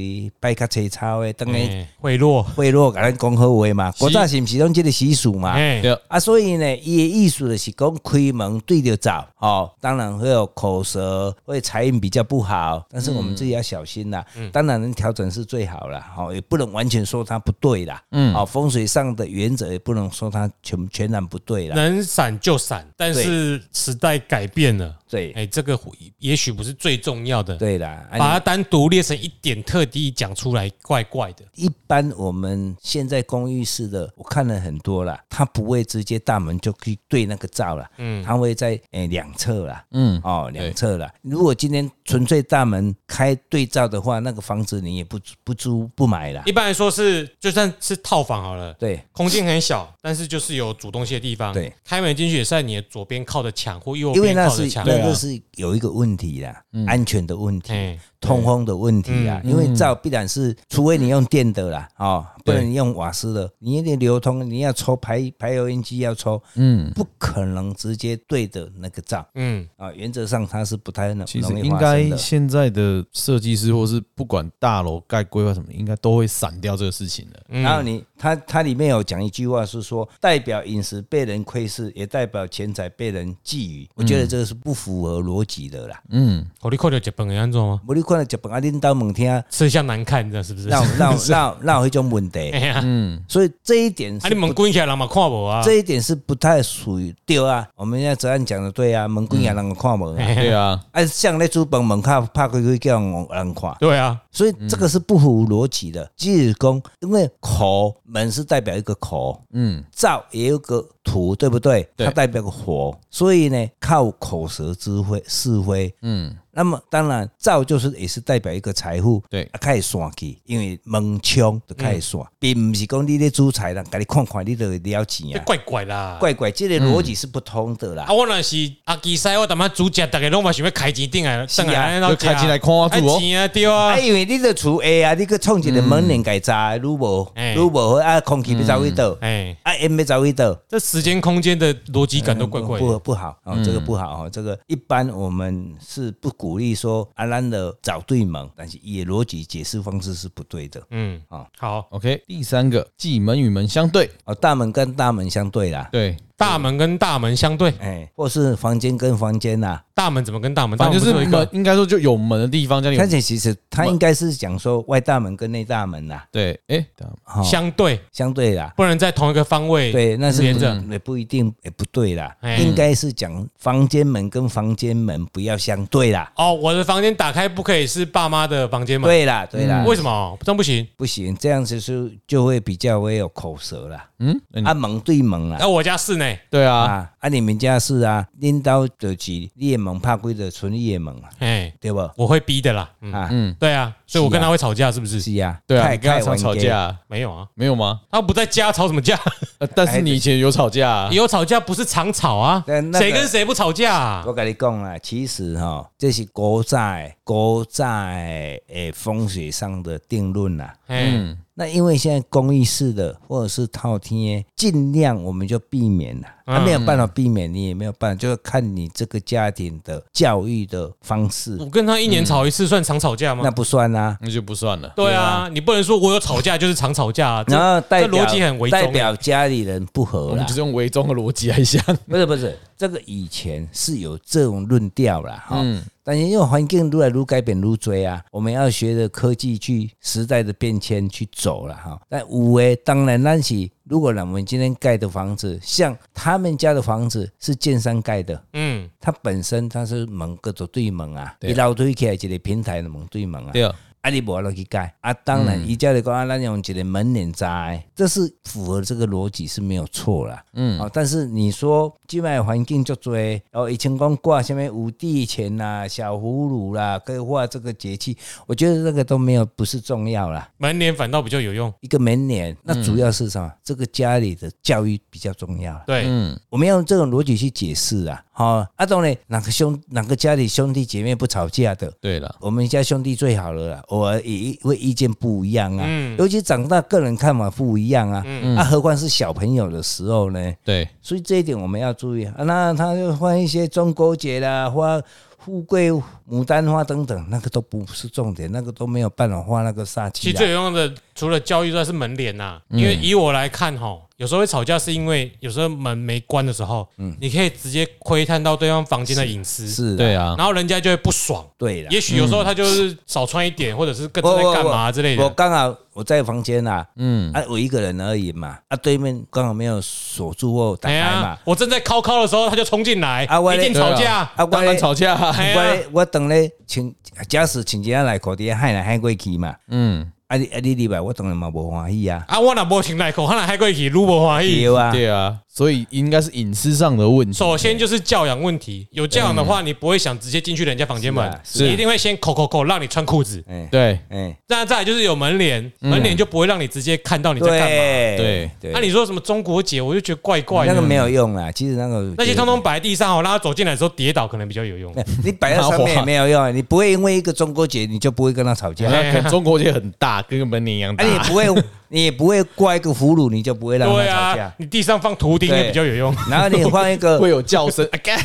Speaker 3: 拜较青草诶，当然
Speaker 2: 哎，贿赂，
Speaker 3: 贿赂甲咱讲好话嘛。古早是毋是拢即个习俗嘛？
Speaker 2: 哎，
Speaker 1: 对，
Speaker 3: 啊，所以呢，伊的意思就是讲开门对着走，哦，当然会有口舌，会财运比较不好，但是我们自己要小心啦。
Speaker 2: 嗯
Speaker 3: 当然能调整是最好啦，哦，也不能完全说它不对啦。嗯，哦，风水上的原则也不能说它全全然不对啦。
Speaker 2: 能闪就闪，但是时代改变了，
Speaker 3: 对
Speaker 2: 哎，这个也许不是最重要的，
Speaker 3: 对啦，
Speaker 2: 把
Speaker 3: 啊
Speaker 2: 它单独列成一点特地讲出来，怪怪的。
Speaker 3: 你一般我们现在公寓式的，我看了很多啦，它不会直接大门就去对那个灶啦，嗯，它会在诶两侧啦，
Speaker 1: 嗯
Speaker 3: 哦，
Speaker 1: 对
Speaker 3: 两侧啦。如果今天纯粹大门开对照的话，那个房子你也不不租不买啦
Speaker 2: 一。般来说是，就算是套房好了，
Speaker 3: 对
Speaker 2: 空间很小，但是就是有主动性的地方。
Speaker 3: 对，
Speaker 2: 开门进去也是在你的左边靠的墙或右
Speaker 3: 因为
Speaker 2: 边
Speaker 3: 那
Speaker 2: 靠
Speaker 3: 是
Speaker 2: 的墙。
Speaker 3: 那
Speaker 1: 啊
Speaker 3: 个是有一个问题啦，安全的问题
Speaker 2: 哎，
Speaker 3: 通风的问题啦。因为
Speaker 1: 嗯
Speaker 3: 照必然是，除非你用电的啦，哦，不
Speaker 1: 对
Speaker 3: 能用瓦斯的，你一定流通，你要抽排排油烟机要抽，
Speaker 1: 嗯，
Speaker 3: 不可能直接对着那个灶
Speaker 2: 嗯，
Speaker 3: 啊。原则上它是不太能
Speaker 1: 其实
Speaker 3: 容易
Speaker 1: 应
Speaker 3: 发生
Speaker 1: 该
Speaker 3: 的。
Speaker 1: 现在的设计师或是不管大楼盖规划什么，应该都会闪掉这个事情的。
Speaker 3: 然后你他他里面有讲一句话是说，代表饮食被人窥视，也代表钱财被人觊觎。我觉得这个是不符合逻辑的啦。
Speaker 1: 嗯，
Speaker 2: 我你扣掉一本的安怎吗？
Speaker 3: 我你看到日本啊，恁到门听，
Speaker 2: 吃相难看，这是 不是？
Speaker 3: 闹闹闹闹迄种问
Speaker 2: 哎
Speaker 3: 题，
Speaker 2: 呀，
Speaker 3: 所以这一点
Speaker 2: 啊，
Speaker 3: 是
Speaker 2: 你门
Speaker 3: 不
Speaker 2: 关起来人嘛看无啊？
Speaker 3: 这一点是不太属于对啊。我们现在哲安讲的对啊，门关
Speaker 2: 嗯
Speaker 3: 也让人看门啊，
Speaker 1: 对啊，
Speaker 3: 啊像咧主本门口拍开开叫人人看。
Speaker 2: 对啊，
Speaker 3: 所以这个是不符逻辑的。即日宫，因为口门是代表一个口，
Speaker 1: 嗯，
Speaker 3: 灶也有个土，对不对？
Speaker 1: 对
Speaker 3: 它代表个火，所以呢，靠口舌之非是非，
Speaker 1: 嗯，
Speaker 3: 那么当然，灶就是也是代表一个财富，
Speaker 1: 对
Speaker 3: 啊，开始散去，因为门窗就开始散，并不是讲你咧煮菜，人家你看看你就会了钱
Speaker 2: 这
Speaker 3: 啊。
Speaker 2: 怪怪啦。
Speaker 3: 怪怪，这个逻辑是不通的啦
Speaker 2: 啊，。我若是阿基西，我他妈煮食，大家拢嘛想要开钱顶来，上来
Speaker 1: 就啊开钱来看我煮哦
Speaker 2: 啊钱啊，对啊
Speaker 3: 啊，，因为你的厝下啊，你去创一个门帘改扎，如无
Speaker 2: 哎
Speaker 3: 如无好啊，空气要走去倒，
Speaker 2: 哎，
Speaker 3: 啊烟要走去倒，
Speaker 2: 这时间空间的逻辑感都怪怪
Speaker 3: 不
Speaker 2: 的。嗯
Speaker 3: 不好哦，这个不好哦，这个一般我们是不鼓励说啊，咱的找对门，但是也逻辑解释方式是不对的
Speaker 2: 嗯，
Speaker 3: 啊。
Speaker 2: 好，
Speaker 1: OK，第三个，即门与门相对，
Speaker 3: 哦，大门跟大门相对啦，
Speaker 1: 对，
Speaker 2: 大门跟大门相对，
Speaker 3: 哎，或是房间跟房间呐，
Speaker 2: 大门怎么跟大门？大
Speaker 1: 反
Speaker 2: 门
Speaker 1: 正
Speaker 2: 不
Speaker 1: 就是是
Speaker 2: 有一
Speaker 1: 门
Speaker 2: 个，
Speaker 1: 应该说就有门的地方，家
Speaker 2: 哎
Speaker 1: 里有
Speaker 3: 而且其实他应该是讲说外大门跟内大门啦，
Speaker 1: 对，哎，
Speaker 3: 哈，
Speaker 2: 相对，
Speaker 3: 相对啦。
Speaker 2: 不能在同一个方位。
Speaker 3: 哦对，那是嗯
Speaker 2: 连着
Speaker 3: 也不一定，也不对啦
Speaker 2: 哎。
Speaker 3: 应该是讲房间门跟房间门不要相对啦。
Speaker 2: 哦，我的房间打开不可以是爸妈的房间门，
Speaker 3: 对嗯啦，对
Speaker 1: 嗯
Speaker 3: 啦，
Speaker 2: 嗯为什么？这样不行。
Speaker 3: 不行？这样子是就会比较会有口舌啦。
Speaker 1: 嗯，那你
Speaker 3: 啊，门对门啦
Speaker 2: 那。我家室内，
Speaker 1: 对啊，
Speaker 3: 啊啊，你们家是啊，恁兜就是你的门拍开的纯你的门啊，
Speaker 2: 哎，
Speaker 3: 对不？
Speaker 2: 我会逼的啦。嗯，
Speaker 3: 啊，
Speaker 2: 对啊，所以我
Speaker 3: 是啊
Speaker 2: 跟他会吵架，是不是？
Speaker 3: 是啊，
Speaker 1: 对啊，
Speaker 3: 太
Speaker 1: 你跟他常吵，
Speaker 3: 太冤家
Speaker 1: 架
Speaker 2: 没有啊，
Speaker 1: 没有吗？
Speaker 2: 他不在家吵什么架？
Speaker 3: 哎
Speaker 1: 呃，但是你以前有吵架啊，
Speaker 2: 有吵架不是常吵啊
Speaker 3: 那？那个
Speaker 2: 谁跟谁不吵架啊？
Speaker 3: 我跟你讲啦，其实哈、这是国在国在诶风水上的定论啦。
Speaker 2: 哎，
Speaker 3: 那因为现在公寓式的或者是套厅，尽量我们就避免了，
Speaker 1: 嗯
Speaker 3: 啊，没有办法避免，你也没有办法，就是看你这个家庭的教育的方式，
Speaker 1: 嗯
Speaker 2: 我跟他一年吵一次，算常吵架
Speaker 3: 那
Speaker 2: 吗？
Speaker 3: 不算啊。
Speaker 1: 那就不算了。
Speaker 2: 对啊，你不能说我有吵架就是常吵架啊。这
Speaker 3: 然后代
Speaker 2: 这
Speaker 3: 表
Speaker 2: 逻辑很违
Speaker 3: 代
Speaker 2: 中欸。
Speaker 3: 表家里人不
Speaker 1: 我
Speaker 3: 和
Speaker 1: 们
Speaker 3: 啦
Speaker 1: 就，是用伪装的逻辑来想，
Speaker 3: 不是不是，这个以前是有这种论调啦，哈、但是因为环境越来越改变越多啊，我们要学着科技去时代的变迁去走了哈。但五诶，当然那是如果我们今天盖的房子，像他们家的房子是建商盖的，
Speaker 2: 嗯，
Speaker 3: 它本身它是门各种对门啊，
Speaker 1: 对
Speaker 3: 你老推起来一个平台的门对门啊，
Speaker 1: 对，
Speaker 3: 啊，你无落去改啊。当然，伊家里讲啊，咱用一个门脸摘，这是符合这个逻辑是没有错啦。嗯，啊，但是你说境外环境足多，哦，以前讲挂下面五帝钱啦、小葫芦啦，跟画这个节气，我觉得这个都没有不是重要啦。
Speaker 2: 门帘反倒比较有用。
Speaker 3: 一个门脸，那主要是什么？这个家里的教育比较重要啦。
Speaker 2: 对，
Speaker 3: 我们要用这种逻辑去解释啊。好、啊，当然哪个兄哪个家里兄弟姐妹不吵架的，
Speaker 1: 对了，
Speaker 3: 我们家兄弟最好了啦，偶尔也会意见不一样啊，
Speaker 2: 嗯
Speaker 3: 尤其长大个人看法不一样啊，那、何况是小朋友的时候呢？
Speaker 1: 对，
Speaker 3: 所以这一点我们要注意啊。那他就换一些中国结啦，花富贵牡丹花等等，那个都不是重点，那个都没有办法画那个煞
Speaker 2: 其
Speaker 3: 气
Speaker 2: 实最
Speaker 3: 啊。
Speaker 2: 有用的除了教育之外是门帘呐，
Speaker 3: 嗯
Speaker 2: 因为以我来看哈，有时候会吵架是因为有时候门没关的时候，你可以直接窥探到对方房间的隐私，
Speaker 3: 嗯是啊，嗯
Speaker 1: 对啊，
Speaker 2: 然后人家就会不爽。
Speaker 3: 对啦。
Speaker 2: 也许有时候他就是少穿一点，或者是更
Speaker 3: 我
Speaker 2: 正在
Speaker 3: 我
Speaker 2: 干嘛之类
Speaker 3: 我
Speaker 2: 的。
Speaker 3: 刚好我在房间啦，嗯，啊，我一个人而已嘛，啊，对面刚好没有锁住或打
Speaker 2: 哎
Speaker 3: 开
Speaker 2: 呀
Speaker 3: 嘛，，
Speaker 2: 我正在敲敲的时候，他就冲进来，
Speaker 3: 啊我
Speaker 2: 一定
Speaker 1: 对
Speaker 2: 吵
Speaker 1: 啊
Speaker 2: 架。
Speaker 3: 啊我
Speaker 1: 当然吵架啊，
Speaker 2: 哎
Speaker 3: 我
Speaker 2: 呀，
Speaker 3: 咧我当咧请假使请假来考底害来害过去嘛，
Speaker 1: 嗯，
Speaker 3: 啊你啊你礼拜我当然嘛无欢喜啊，
Speaker 2: 啊，我若无请来口，我若还过去，如无欢喜。
Speaker 3: 对啊，
Speaker 1: 对啊，所以应该是隐私上的问题。
Speaker 2: 首先就是教养问题，有教养的话，你不会想直接进去人家房间
Speaker 3: 嗯是
Speaker 2: 门
Speaker 3: 啊，
Speaker 1: 是
Speaker 2: 你一定会先扣扣扣，让你穿裤子。
Speaker 3: 哎
Speaker 1: 对
Speaker 3: 哎，
Speaker 2: 那再来就是有门帘，门帘就不会让你直接看到你在干嘛。啊
Speaker 1: 对
Speaker 3: 对嗯对，嗯
Speaker 2: 那你说什么中国结，我就觉得怪怪的。
Speaker 3: 那个没有用啦，其实那个
Speaker 2: 那些通 通摆在地上哦，让他走进来的时候跌倒可能比较有用。
Speaker 3: 你摆在上面也没有用，你不会因为一个中国节你就不会跟他吵架，
Speaker 2: 哎
Speaker 1: 那可能中国界很大，跟个门帘一样
Speaker 3: 啊
Speaker 1: 大
Speaker 3: 你。也不会你也不会挂一个俘虏你就不会让他
Speaker 2: 对
Speaker 3: 吵
Speaker 2: 啊
Speaker 3: 架，，
Speaker 2: 你地上放图钉也比较有用。
Speaker 3: 然啊后你换一 个
Speaker 1: 会有叫声，啊干，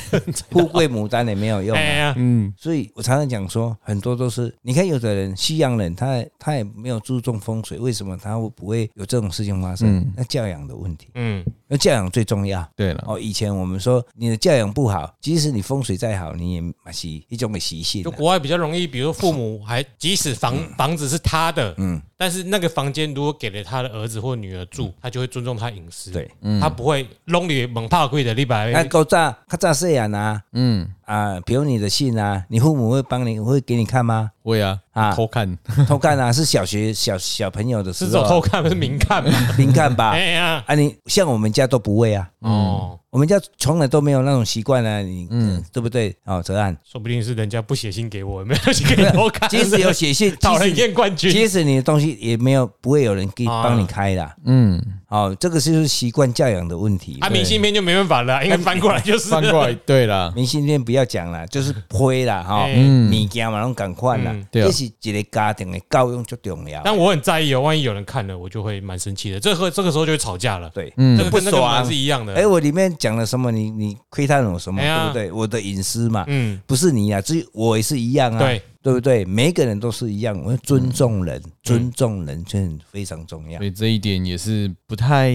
Speaker 3: 富贵牡丹也没有用啊，
Speaker 2: 哎呀，
Speaker 1: 嗯，
Speaker 3: 所以我常常讲说，很多都是你看，有的人西洋人他他也没有注重风水，为什么他会不会有这种事情发生？那教养的问题，
Speaker 2: 嗯，
Speaker 3: 那教养最重要。
Speaker 1: 对了，
Speaker 3: 哦，以前我们说你的教养不好，即使你风水再好，你也嘛是一种的嗯习性
Speaker 2: 就
Speaker 3: 啊、
Speaker 2: 国外比较容易，比如说父母还即使房房子是他的，嗯，但是那个房间如果给了他的儿子或女儿住，他就会尊重他隐私，
Speaker 3: 嗯对，啊
Speaker 2: 他不会弄你猛怕贵的，你把
Speaker 3: 那高炸啊 他炸这样啊，嗯啊，比如你的信啊，你父母会帮你会给你看吗？
Speaker 1: 会啊，
Speaker 3: 啊
Speaker 1: 偷 看，
Speaker 3: 偷看啊，是小学小小朋友的时
Speaker 2: 是走
Speaker 3: 候
Speaker 2: 偷看不是明看嘛？
Speaker 3: 明看吧
Speaker 2: 哎？呀，
Speaker 3: 啊，你像我们家都不会啊，
Speaker 2: 哦，
Speaker 3: 我们家从来都没有那种习惯啊，你嗯，对不对？哦，泽 岸，
Speaker 2: 说不定是人家不写信给我，没有写给你 偷看，
Speaker 3: 即使有写信，
Speaker 2: 讨人
Speaker 3: 即使
Speaker 2: 厌冠军，
Speaker 3: 即使你的东西也没有，不会有人给
Speaker 2: 啊
Speaker 3: 帮你开的啊。
Speaker 1: 嗯，
Speaker 3: 哦，这个就是习惯教养的问题。
Speaker 2: 啊，明信片就没办法了，应该翻过来就是
Speaker 1: 翻过来，对啦，
Speaker 3: 明信片不要讲了，就是灰啦哈，
Speaker 2: 哎
Speaker 3: 物件嘛，拢赶快啦
Speaker 2: 嗯，
Speaker 1: 对啊
Speaker 3: 这是一个家庭的教育最重要。
Speaker 2: 但我很在意哦，万一有人看了，我就会蛮生气的。这和这个时候就会吵架了，
Speaker 3: 对，
Speaker 2: 这
Speaker 1: 嗯
Speaker 2: 个
Speaker 3: 嗯不
Speaker 2: 跟那个
Speaker 3: 爽
Speaker 2: 蛮是一样的。
Speaker 3: 哎，我里面讲了什么？你你窥探我什么？
Speaker 2: 哎呀
Speaker 3: 对不对？我的隐私嘛，
Speaker 2: 嗯，
Speaker 3: 不是你啊，这我也是一样啊，
Speaker 2: 对，
Speaker 3: 对不对？每一个人都是一样，我们尊重人，尊重人真的非常重要
Speaker 1: 所。以这一点也是不太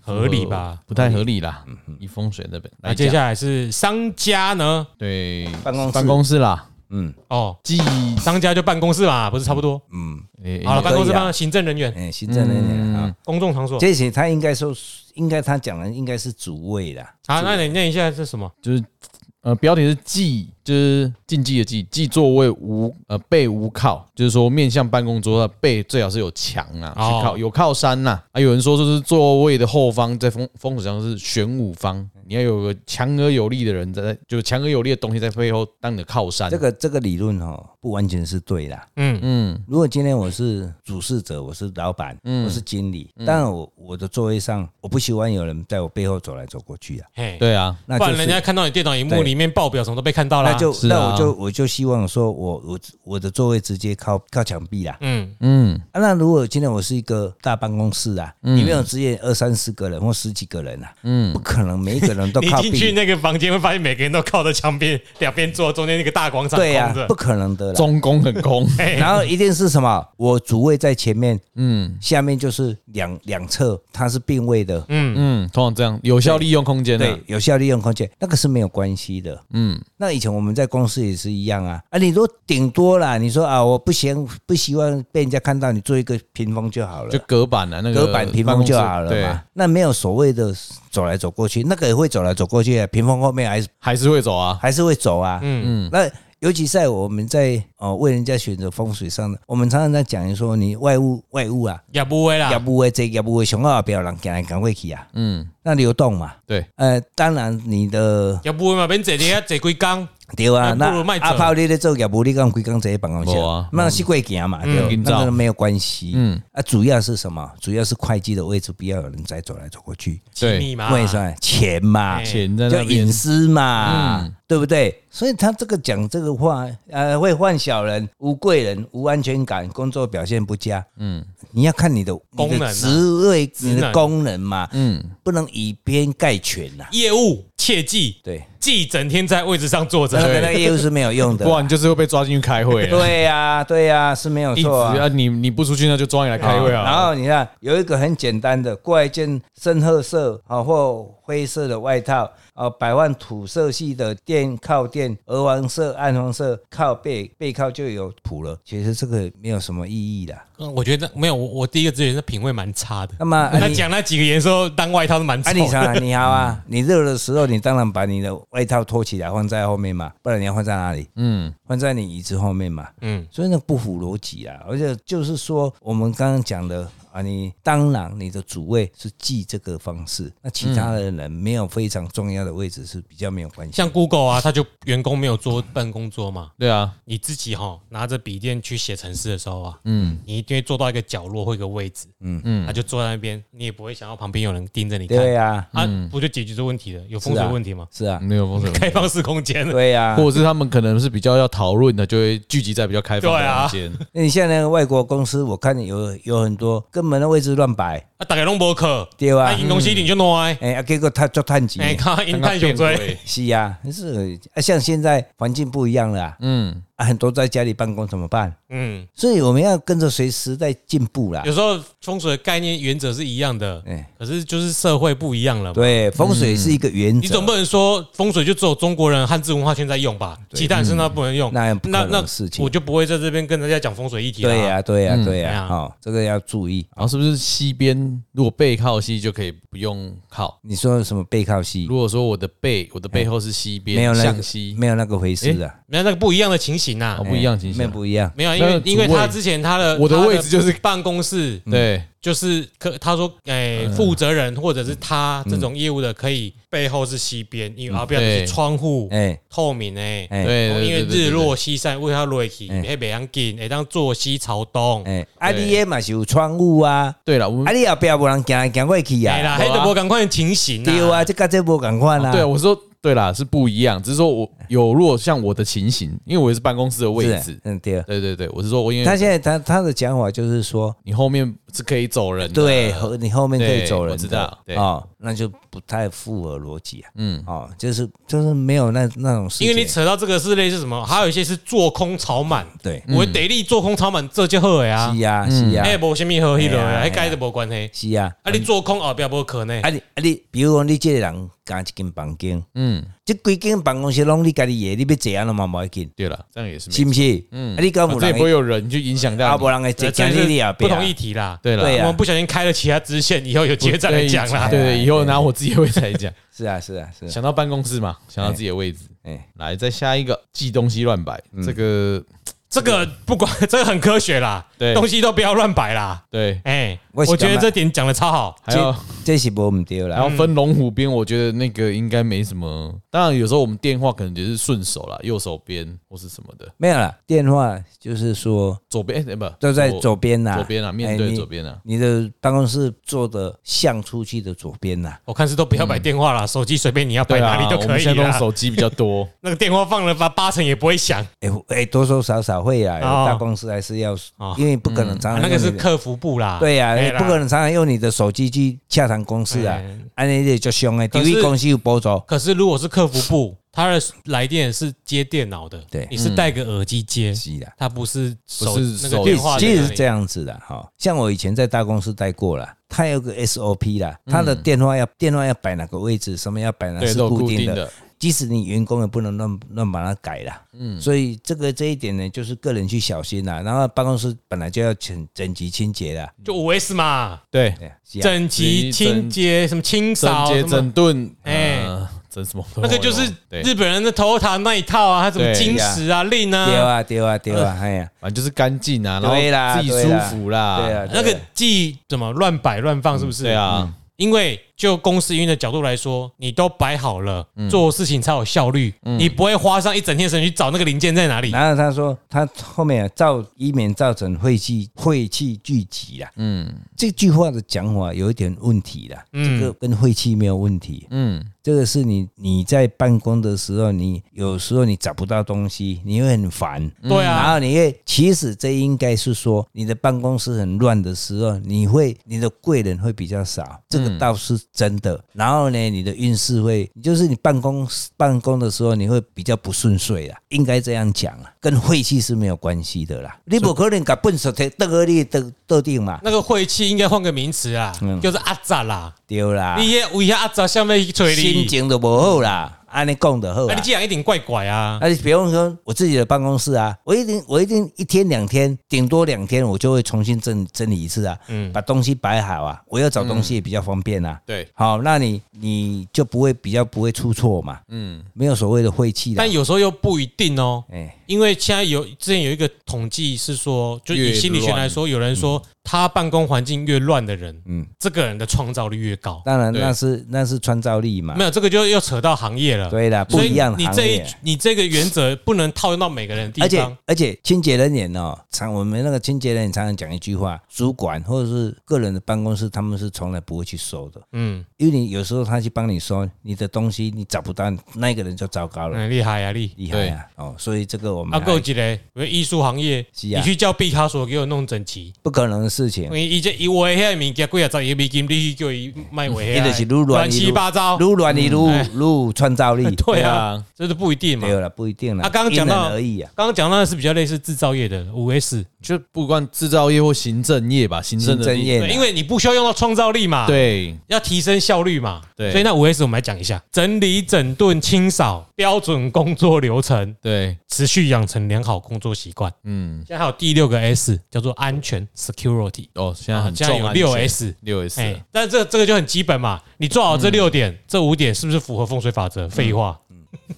Speaker 2: 合理吧嗯
Speaker 1: 不太合理啦。以风水那边
Speaker 2: 那
Speaker 1: 来
Speaker 2: 啊接
Speaker 1: 讲，
Speaker 2: 下来是商家呢？
Speaker 1: 对
Speaker 3: 办公室
Speaker 1: 办公室啦，
Speaker 3: 嗯
Speaker 2: 哦，
Speaker 1: 记
Speaker 2: 商家就办公室嘛，不是差不多？
Speaker 3: 嗯，
Speaker 1: 诶
Speaker 2: 好了，办公室
Speaker 3: 可以啊
Speaker 2: 帮行政人员、
Speaker 3: 哎，行政人员啊，
Speaker 2: 公众场所。
Speaker 3: 这些他应该说，应该他讲的应该是主位啦。
Speaker 2: 啊，那你念一下是什么？
Speaker 1: 就是呃标题是记，就是禁忌的忌，记座位无呃背无靠，就是说面向办公桌的背最好是有墙啊，
Speaker 2: 哦
Speaker 1: 去靠有靠山呐、啊。有人说就是座位的后方在风风水上是玄武方，你要有个强而有力的人在，就强而有力的东西在背后当你的靠山。
Speaker 3: 这个这个理论哦，不完全是对啦。
Speaker 2: 嗯，
Speaker 1: 嗯
Speaker 3: 如果今天我是主事者，我是老板，我是经理，当然我我的座位上，我不喜欢有人在我背后走来走过去啊。
Speaker 2: 嘿，
Speaker 1: 对啊，
Speaker 3: 那
Speaker 2: 不
Speaker 3: 就
Speaker 2: 然
Speaker 3: 是
Speaker 2: 人家看到你电脑荧幕
Speaker 3: 对
Speaker 2: 里面报表什么都被看到
Speaker 3: 那
Speaker 2: 啦。
Speaker 3: 就
Speaker 1: 啊
Speaker 3: 是那我就我就希望说我我我的座位直接靠靠墙壁啦。
Speaker 2: 嗯，
Speaker 1: 嗯
Speaker 3: 啊，那如果今天我是一个大办公室啊，里面有职业二三十个人或十几个人啊，
Speaker 1: 嗯
Speaker 3: 不可能每一个人 都
Speaker 2: 你
Speaker 3: 靠
Speaker 2: 进去
Speaker 3: 壁，
Speaker 2: 那个房间会发现每个人都靠着墙边两边坐，中间那个大广场
Speaker 3: 对呀
Speaker 2: 空、着哎
Speaker 3: 不。可能的啦。哎
Speaker 1: 中宫很 空，
Speaker 3: 然后一定是什么？我主位在前面，
Speaker 1: 嗯
Speaker 3: 下面就是两两侧它是并位的，
Speaker 2: 嗯，
Speaker 1: 嗯，通常这样有效利用空间啊
Speaker 3: 对，，有效利用空间，那个是没有关系的。
Speaker 1: 嗯
Speaker 3: 那以前我们在公司也是一样啊，啊，你如果顶多啦，你说啊，我不嫌不希望被人家看到，你做一个屏风就好了，
Speaker 1: 就隔板啊，那个
Speaker 3: 隔板屏
Speaker 1: 办
Speaker 3: 风
Speaker 1: 公室
Speaker 3: 就好了
Speaker 1: 对
Speaker 3: 嘛，。那没有所谓的走来走过去，那个也会走来走过去、啊，屏风后面还是
Speaker 1: 还是会走啊，
Speaker 3: 还是会走啊。
Speaker 2: 嗯
Speaker 1: 嗯
Speaker 3: 那尤其在我们在哦为人家选择风水上的，我们常常在讲说，你外物外物啊，
Speaker 2: 也不会啦
Speaker 3: 要。不会这要不会熊二不要让赶来赶过去啊，
Speaker 1: 嗯，
Speaker 3: 那流动嘛。
Speaker 1: 对，
Speaker 3: 呃，当然你的
Speaker 2: 也不会嘛，免坐伫遐坐几工，
Speaker 3: 对啊，
Speaker 2: 那不
Speaker 3: 那
Speaker 2: 如卖走
Speaker 3: 阿炮你咧做业务，你讲规工坐在办公室
Speaker 1: 没啊，
Speaker 3: 那是贵行嘛，对吧
Speaker 1: 嗯，
Speaker 3: 那个没有关系。
Speaker 1: 嗯
Speaker 3: 嗯，啊，主要是什么？主要是会计的位置不要有人再走来走过去，
Speaker 1: 对
Speaker 2: 密码
Speaker 3: 为什么？钱嘛
Speaker 2: 哎，
Speaker 1: 钱在
Speaker 3: 就
Speaker 1: 那边
Speaker 3: 隐，私嘛，对不对？所以他这个讲这个话，呃，会换小人、无贵人、无安全感，工作表现不佳。
Speaker 1: 嗯
Speaker 3: 你要看你的
Speaker 2: 功能
Speaker 3: 你
Speaker 2: 啊
Speaker 3: 的职位、
Speaker 2: 能
Speaker 3: 你的功能嘛，
Speaker 1: 嗯，
Speaker 3: 不能以偏概全呐。
Speaker 2: 业务切记，
Speaker 3: 对，
Speaker 2: 记整天在位置上坐
Speaker 3: 那个
Speaker 2: 着。
Speaker 3: 那个业务是没有用的
Speaker 1: 不
Speaker 3: 啦。
Speaker 1: 然就是会被抓进去开会啊。
Speaker 3: 对呀，对呀，是没有
Speaker 1: 一直
Speaker 3: 错啊。
Speaker 1: 啊，你你不出去，那就抓你来开会
Speaker 3: 然
Speaker 1: 啊。
Speaker 3: 后你看有一个很简单的，挂一件深褐色啊或灰色的外套，啊，百万土色系的垫靠垫，鹅黄色、暗黄色靠背，背靠就有谱了。其实这个没有什么意义的。
Speaker 2: 嗯我觉得没有，我我第一个直觉是品味蛮差的。
Speaker 3: 那么、啊、
Speaker 2: 他
Speaker 3: 你
Speaker 2: 讲那几个颜色当外套都蛮
Speaker 3: 啊
Speaker 2: 丑
Speaker 3: 你啥
Speaker 2: 的。
Speaker 3: 啊你好啊，
Speaker 2: 嗯
Speaker 3: 你热的时候你当然把你的外套脱起来放在后面嘛，不然你要放在哪里？
Speaker 1: 嗯
Speaker 3: 放在你椅子后面嘛。
Speaker 2: 嗯，
Speaker 3: 所以那不符逻辑啊，而且就是说我们刚刚讲的啊，你当然你的主位是记这个方式，那其他的人没有非常重要的位置是比较没有关系。
Speaker 2: 像 Google 啊，他就员工没有做办公桌嘛，
Speaker 1: 对啊，
Speaker 2: 你自己哈拿着笔电去写程式的时候啊，
Speaker 1: 嗯
Speaker 2: 你一定会坐到一个角落或一个位置，嗯嗯，他就坐在那边，你也不会想要旁边有人盯着你看
Speaker 3: 对呀、
Speaker 2: 啊，不就解决这问题了？有风
Speaker 3: 是
Speaker 2: 水
Speaker 3: 啊
Speaker 2: 问题吗？嗯
Speaker 3: 是啊，
Speaker 1: 没有风水，
Speaker 2: 开放式空间，
Speaker 3: 对啊 呀、
Speaker 1: 或者是他们可能是比较要讨论的，就会聚集在比较开放
Speaker 2: 对
Speaker 1: 的
Speaker 2: 啊
Speaker 1: 空 间。
Speaker 3: 那你现在那个外国公司，我看有有很多根本的位置乱摆，
Speaker 2: 啊，大家拢无课，
Speaker 3: 对吧、
Speaker 2: 啊，
Speaker 3: 啊？嗯
Speaker 2: 因公司你就挪的，
Speaker 3: 哎、啊，结果他做探级。
Speaker 2: 哎，看因探熊追，
Speaker 3: 是呀、啊，是啊，像现在环境不一样了啊、
Speaker 1: 嗯，
Speaker 3: 啊，很多在家里办公怎么办？
Speaker 2: 嗯，
Speaker 3: 所以我们要跟着随时代进步啦。
Speaker 2: 有时候风水的概念原则是一样的，
Speaker 3: 哎
Speaker 2: 可是就是社会不一样了嘛。
Speaker 3: 对，风水是一个原则。
Speaker 2: 你总不能说风水就只有中国人汉字文化圈在用吧？其他人身上不能用，
Speaker 3: 那不可能的事情
Speaker 2: 我就不会在这边跟大家讲风水议题了。
Speaker 1: 嗯
Speaker 2: 啊
Speaker 3: 对呀、对呀、对呀、
Speaker 2: 哎呀
Speaker 3: 哦，这个要注意。
Speaker 1: 然后是不是西边边如果背靠西就可以不用靠。
Speaker 3: 你说什么背靠西
Speaker 1: 如？果说我的背，我的背后是西边，
Speaker 3: 哎没有那
Speaker 1: 向
Speaker 3: 个
Speaker 1: 西，
Speaker 3: 没有那哎个回事啊的，
Speaker 2: 没有那个不一样的情形呐、
Speaker 1: 哦，不一样
Speaker 3: 里
Speaker 1: 形
Speaker 3: 面
Speaker 1: 象。
Speaker 3: 不一样。
Speaker 2: 没有，因为
Speaker 1: 那主
Speaker 2: 因为他
Speaker 1: 位
Speaker 2: 之前他的
Speaker 1: 我的
Speaker 2: 他
Speaker 1: 位置就是嗯
Speaker 2: 办公室，
Speaker 1: 对，
Speaker 2: 就是可他说，
Speaker 1: 嗯
Speaker 2: 哎，负责人或者是他这种业务的，可以背后是西边，因为啊，不要
Speaker 1: 嗯对
Speaker 2: 是窗户
Speaker 3: 哎
Speaker 2: 透明哎，
Speaker 3: 哎
Speaker 1: 对
Speaker 2: 哦
Speaker 1: 对
Speaker 2: 因为
Speaker 1: 对对对
Speaker 2: 日落西山为他落去，
Speaker 3: 哎
Speaker 2: 迄袂当紧，会当坐西朝东，
Speaker 3: 哎，啊，你也嘛是有窗户啊，
Speaker 1: 对了，我
Speaker 3: 啊，
Speaker 1: 们
Speaker 3: 你后壁无人行行过去
Speaker 2: 哎
Speaker 3: 啊。
Speaker 2: 啦，迄就无共款的情形啦。
Speaker 3: 对啊，这跟这无共款啊。
Speaker 1: 对我说对啦，是不一样，只是说我有如果像我的情形，因为我也是办公室的位
Speaker 3: 是
Speaker 1: 置，
Speaker 3: 嗯对。
Speaker 1: 对对对，我是说我因
Speaker 3: 他
Speaker 1: 为
Speaker 3: 现在他他的讲法就是说，
Speaker 1: 你后面是可以走人的，
Speaker 3: 对，和你后面可以
Speaker 1: 对
Speaker 3: 走人的，
Speaker 1: 我知道对
Speaker 3: 哦，那就不太符合逻辑啊。嗯，哦，就是就是没有那那种事情，
Speaker 2: 因为你扯到这个是类似什么，还有一些是做空炒满，
Speaker 3: 对，
Speaker 2: 我得力做空炒满这就好呀，
Speaker 1: 嗯
Speaker 3: 是啊是啊
Speaker 2: 哎，无虾米好迄落
Speaker 3: 哎呀
Speaker 2: 的，迄该就无关系。
Speaker 3: 是啊，
Speaker 2: 啊，你做空后壁无可能
Speaker 3: 啊，你啊你，比如讲你这个人干一间房间，
Speaker 1: 嗯，
Speaker 3: 这规间办公室拢你家己的，你要坐安了嘛无要紧，
Speaker 1: 对了，这样也是没
Speaker 3: 是不是？嗯，啊你敢
Speaker 1: 啊
Speaker 3: 有
Speaker 1: 这也
Speaker 3: 人
Speaker 1: 不会
Speaker 3: 会
Speaker 1: 有人去影响
Speaker 3: 啊
Speaker 1: 到你
Speaker 3: 无。人会坐
Speaker 2: 这
Speaker 3: 在
Speaker 2: 这
Speaker 3: 你你后
Speaker 2: 是
Speaker 3: 壁
Speaker 2: 不同议题啦。
Speaker 1: 对了，
Speaker 3: 对啊
Speaker 2: 我们不小心开了其他支线，以后有机会再来讲啦。
Speaker 1: 对对，以后拿我自己的位置来讲，
Speaker 3: 是啊是啊是啊，
Speaker 1: 想到办公室嘛，想到自己的位置。
Speaker 3: 哎，
Speaker 1: 来，再下一个寄东西乱摆，这个
Speaker 2: 这个不管， 这个很科学啦，
Speaker 1: 对
Speaker 2: 东西都不要乱摆啦。
Speaker 1: 对，
Speaker 2: 哎，
Speaker 3: 我是
Speaker 2: 我觉
Speaker 3: 感
Speaker 2: 得
Speaker 3: 觉
Speaker 2: 这点讲的超好。
Speaker 1: 还有
Speaker 3: 这这是无毋对
Speaker 1: 还
Speaker 2: 嗯
Speaker 3: 啦，
Speaker 1: 要分龙虎边，我觉得那个应该没什么。当然，有时候我们电话可能就是顺手啦，右手边或是什么的，
Speaker 3: 没有啦，电话就是说
Speaker 1: 左边哎不
Speaker 3: 都在左边呐，
Speaker 1: 左边啊，面
Speaker 3: 哎
Speaker 1: 对
Speaker 3: 你
Speaker 1: 左边啊。
Speaker 3: 你的办公室坐的向出去的左边啊呐、
Speaker 2: 我看是都不要摆电话啦，手机随便你要摆
Speaker 1: 对
Speaker 2: 哪里
Speaker 1: 啊，
Speaker 2: 都
Speaker 1: 我
Speaker 2: 可
Speaker 1: 们
Speaker 2: 以
Speaker 1: 现在用
Speaker 2: 啦。
Speaker 1: 手机比较多，
Speaker 2: 那个电话放了吧，八成也不会响。
Speaker 3: 哎、我哎、多多少少会啊，
Speaker 2: 哦
Speaker 3: 大公司还是要，
Speaker 2: 哦
Speaker 3: 因为不可能常
Speaker 2: 啊
Speaker 3: 常、
Speaker 2: 那个是，客服部
Speaker 1: 啊
Speaker 2: 啦。
Speaker 3: 对呀、
Speaker 2: 哎啦
Speaker 3: 不可。能常常用你的手机去洽谈公司啊
Speaker 2: 哎，
Speaker 3: 安尼就就凶哎，
Speaker 2: 可
Speaker 3: 因
Speaker 2: 是
Speaker 3: 为公司有补助，
Speaker 2: 可是如果是客服部，他的来电是接电脑的，
Speaker 3: 对
Speaker 2: 你是戴个耳机接，
Speaker 3: 是啊啦。
Speaker 2: 他不是
Speaker 1: 嗯
Speaker 2: 手
Speaker 1: 不是
Speaker 2: 那个
Speaker 1: 手
Speaker 2: 电话。
Speaker 3: 其实是这。样子的哈，齁像我以前在大公司待过啦，它有个 SOP 啦，它的电话要电话要摆哪个位置，什么要摆哪
Speaker 1: 嗯对，
Speaker 3: 是
Speaker 1: 都有固
Speaker 3: 固
Speaker 1: 定
Speaker 3: 定的，
Speaker 1: 的，
Speaker 3: 即使你员工也不能乱乱把它改啦。嗯，所以这个这一点呢，就是个人去小心啦。然后办公室本来就要整整齐清洁啦，
Speaker 2: 就五 S 嘛，
Speaker 1: 对，
Speaker 3: 对啊，是啊
Speaker 2: 整齐清洁，什么清
Speaker 1: 整
Speaker 2: 扫，
Speaker 1: 洁
Speaker 2: 什么
Speaker 1: 整顿，
Speaker 2: 哎
Speaker 1: 哎，整什么都有？
Speaker 2: 那个就是
Speaker 1: 对，
Speaker 2: 日本人的头塔那一套啊，他什么
Speaker 1: 对
Speaker 2: 金石啊、令
Speaker 3: 对
Speaker 2: 啊，
Speaker 3: 啊对啊对 啊，哎呀，
Speaker 1: 反正就是干净啊，
Speaker 3: 对
Speaker 1: 然
Speaker 3: 啦
Speaker 1: 后自己舒服啦，
Speaker 3: 对啊，
Speaker 2: 那
Speaker 3: 对
Speaker 2: 个
Speaker 3: 啊
Speaker 2: 既怎么乱摆乱放，是不是？嗯
Speaker 1: 对啊，
Speaker 2: 因为就公司营运的角度来说，你都摆好了，
Speaker 1: 嗯
Speaker 2: 做事情才有效率，你不会花上一整天时间去找那个零件在哪里。
Speaker 3: 然后他说他后面啊造以免造成晦气晦气聚集啦，嗯，这句话的讲法有一点问题啦，
Speaker 2: 嗯
Speaker 3: 这个跟晦气没有问题，
Speaker 1: 嗯，
Speaker 3: 这个是你你在办公的时候，你有时候你找不到东西，你会很烦，
Speaker 2: 对
Speaker 3: 然
Speaker 2: 啊，
Speaker 3: 后你会，其实这应该是说，你的办公室很乱的时候，你会你的贵人会比较少，这个倒是真的。然后呢，你的运势会，就是你办公办公的时候，你会比较不顺遂啦，应该这样讲啊，跟晦气是没有关系的啦。你不可能把笨手贴得个你得得定嘛，
Speaker 2: 那个晦气应该换个名词啊，
Speaker 3: 嗯
Speaker 2: 就是阿杂啦。
Speaker 3: 对啦，
Speaker 2: 你也为遐阿杂下面一锤
Speaker 3: 心啊
Speaker 2: 你，
Speaker 3: 情都不好啦，按你讲的好
Speaker 2: 那
Speaker 3: 啦
Speaker 2: 你。这样一定怪怪啊。
Speaker 3: 那你比方说我自己的办公室啊，我一定我一定一天两天，顶多两天，我就会重新整整理一次啊，
Speaker 2: 嗯
Speaker 3: 把东西摆好啊，我要找东西也比较方便啊。
Speaker 1: 对，
Speaker 3: 好，那你你就不会比较不会出错嘛，嗯，没有所谓的晦气的，
Speaker 2: 但有时候又不一定哦，
Speaker 3: 哎，
Speaker 2: 因为现在有之前有一个统计是说，就以
Speaker 1: 越
Speaker 2: 心理学
Speaker 1: 乱
Speaker 2: 来说，有人说他办公环境越乱的人，
Speaker 3: 嗯
Speaker 2: 这个人的创造力越高。
Speaker 3: 当然
Speaker 1: 对
Speaker 3: 那是那是创造力嘛
Speaker 2: 没，有这个就又扯到行业了。
Speaker 3: 对啦，不
Speaker 2: 所以
Speaker 3: 一样的
Speaker 2: 你
Speaker 3: 行
Speaker 2: 这一
Speaker 3: 业。
Speaker 2: 你这个原则不能套用到每个人的
Speaker 3: 而
Speaker 2: 地
Speaker 3: 且
Speaker 2: 方。
Speaker 3: 而且，清洁人员哦，常我们那个清洁人员常常讲一句话，主管或者是个人的办公室，他们是从来不会去收的。
Speaker 2: 嗯，
Speaker 3: 因为你有时候他去帮你收你的东西，你找不到那个人就糟糕了，
Speaker 2: 很厉害啊，你。
Speaker 3: 厉害啊！哦，所以这个我
Speaker 2: 啊，
Speaker 3: 们
Speaker 2: 够
Speaker 3: 还
Speaker 2: 几嘞？因为艺术行业，
Speaker 3: 是啊
Speaker 2: 你去叫毕卡索给我弄整齐，
Speaker 3: 不可能的事情
Speaker 2: 因，为伊这伊画遐物件，几啊十亿美金，你去叫伊卖 画
Speaker 3: 你
Speaker 2: 遐，
Speaker 3: 就是撸乱
Speaker 2: 乱
Speaker 3: 你
Speaker 2: 七八糟。
Speaker 3: 撸乱你撸撸创造力，
Speaker 2: 哦 嗯对
Speaker 1: 对
Speaker 2: 啊
Speaker 1: 啊，
Speaker 2: 这是不一定嘛
Speaker 3: 没。有了，不一定了。
Speaker 2: 啊刚刚讲
Speaker 3: 因
Speaker 2: 到
Speaker 3: 人而异啊，
Speaker 2: 刚刚讲到的是比较类似制造业的五 S，
Speaker 1: 就不管制造业或行政业吧，行政的
Speaker 5: 行政业
Speaker 1: 地
Speaker 5: 对
Speaker 2: 对，因为你不需要用到创造力嘛，，
Speaker 1: 对
Speaker 2: 要提升效率嘛，
Speaker 1: 对
Speaker 2: 所以那五 S 我们来讲一下：整理、整顿、清扫、标准工作流程，
Speaker 1: 对，
Speaker 2: 持续养成良好工作习惯。
Speaker 1: 嗯，
Speaker 2: 现在还有第六个 S 叫做安全 （security），
Speaker 1: 哦，现在很
Speaker 2: 现在
Speaker 1: 重
Speaker 2: 有
Speaker 1: 啊
Speaker 2: 六 S。
Speaker 1: 六 S，
Speaker 2: 哎，但这这个就很基本嘛，你做好这六
Speaker 1: 嗯
Speaker 2: 点，这五点是不是符合风水法则？废话，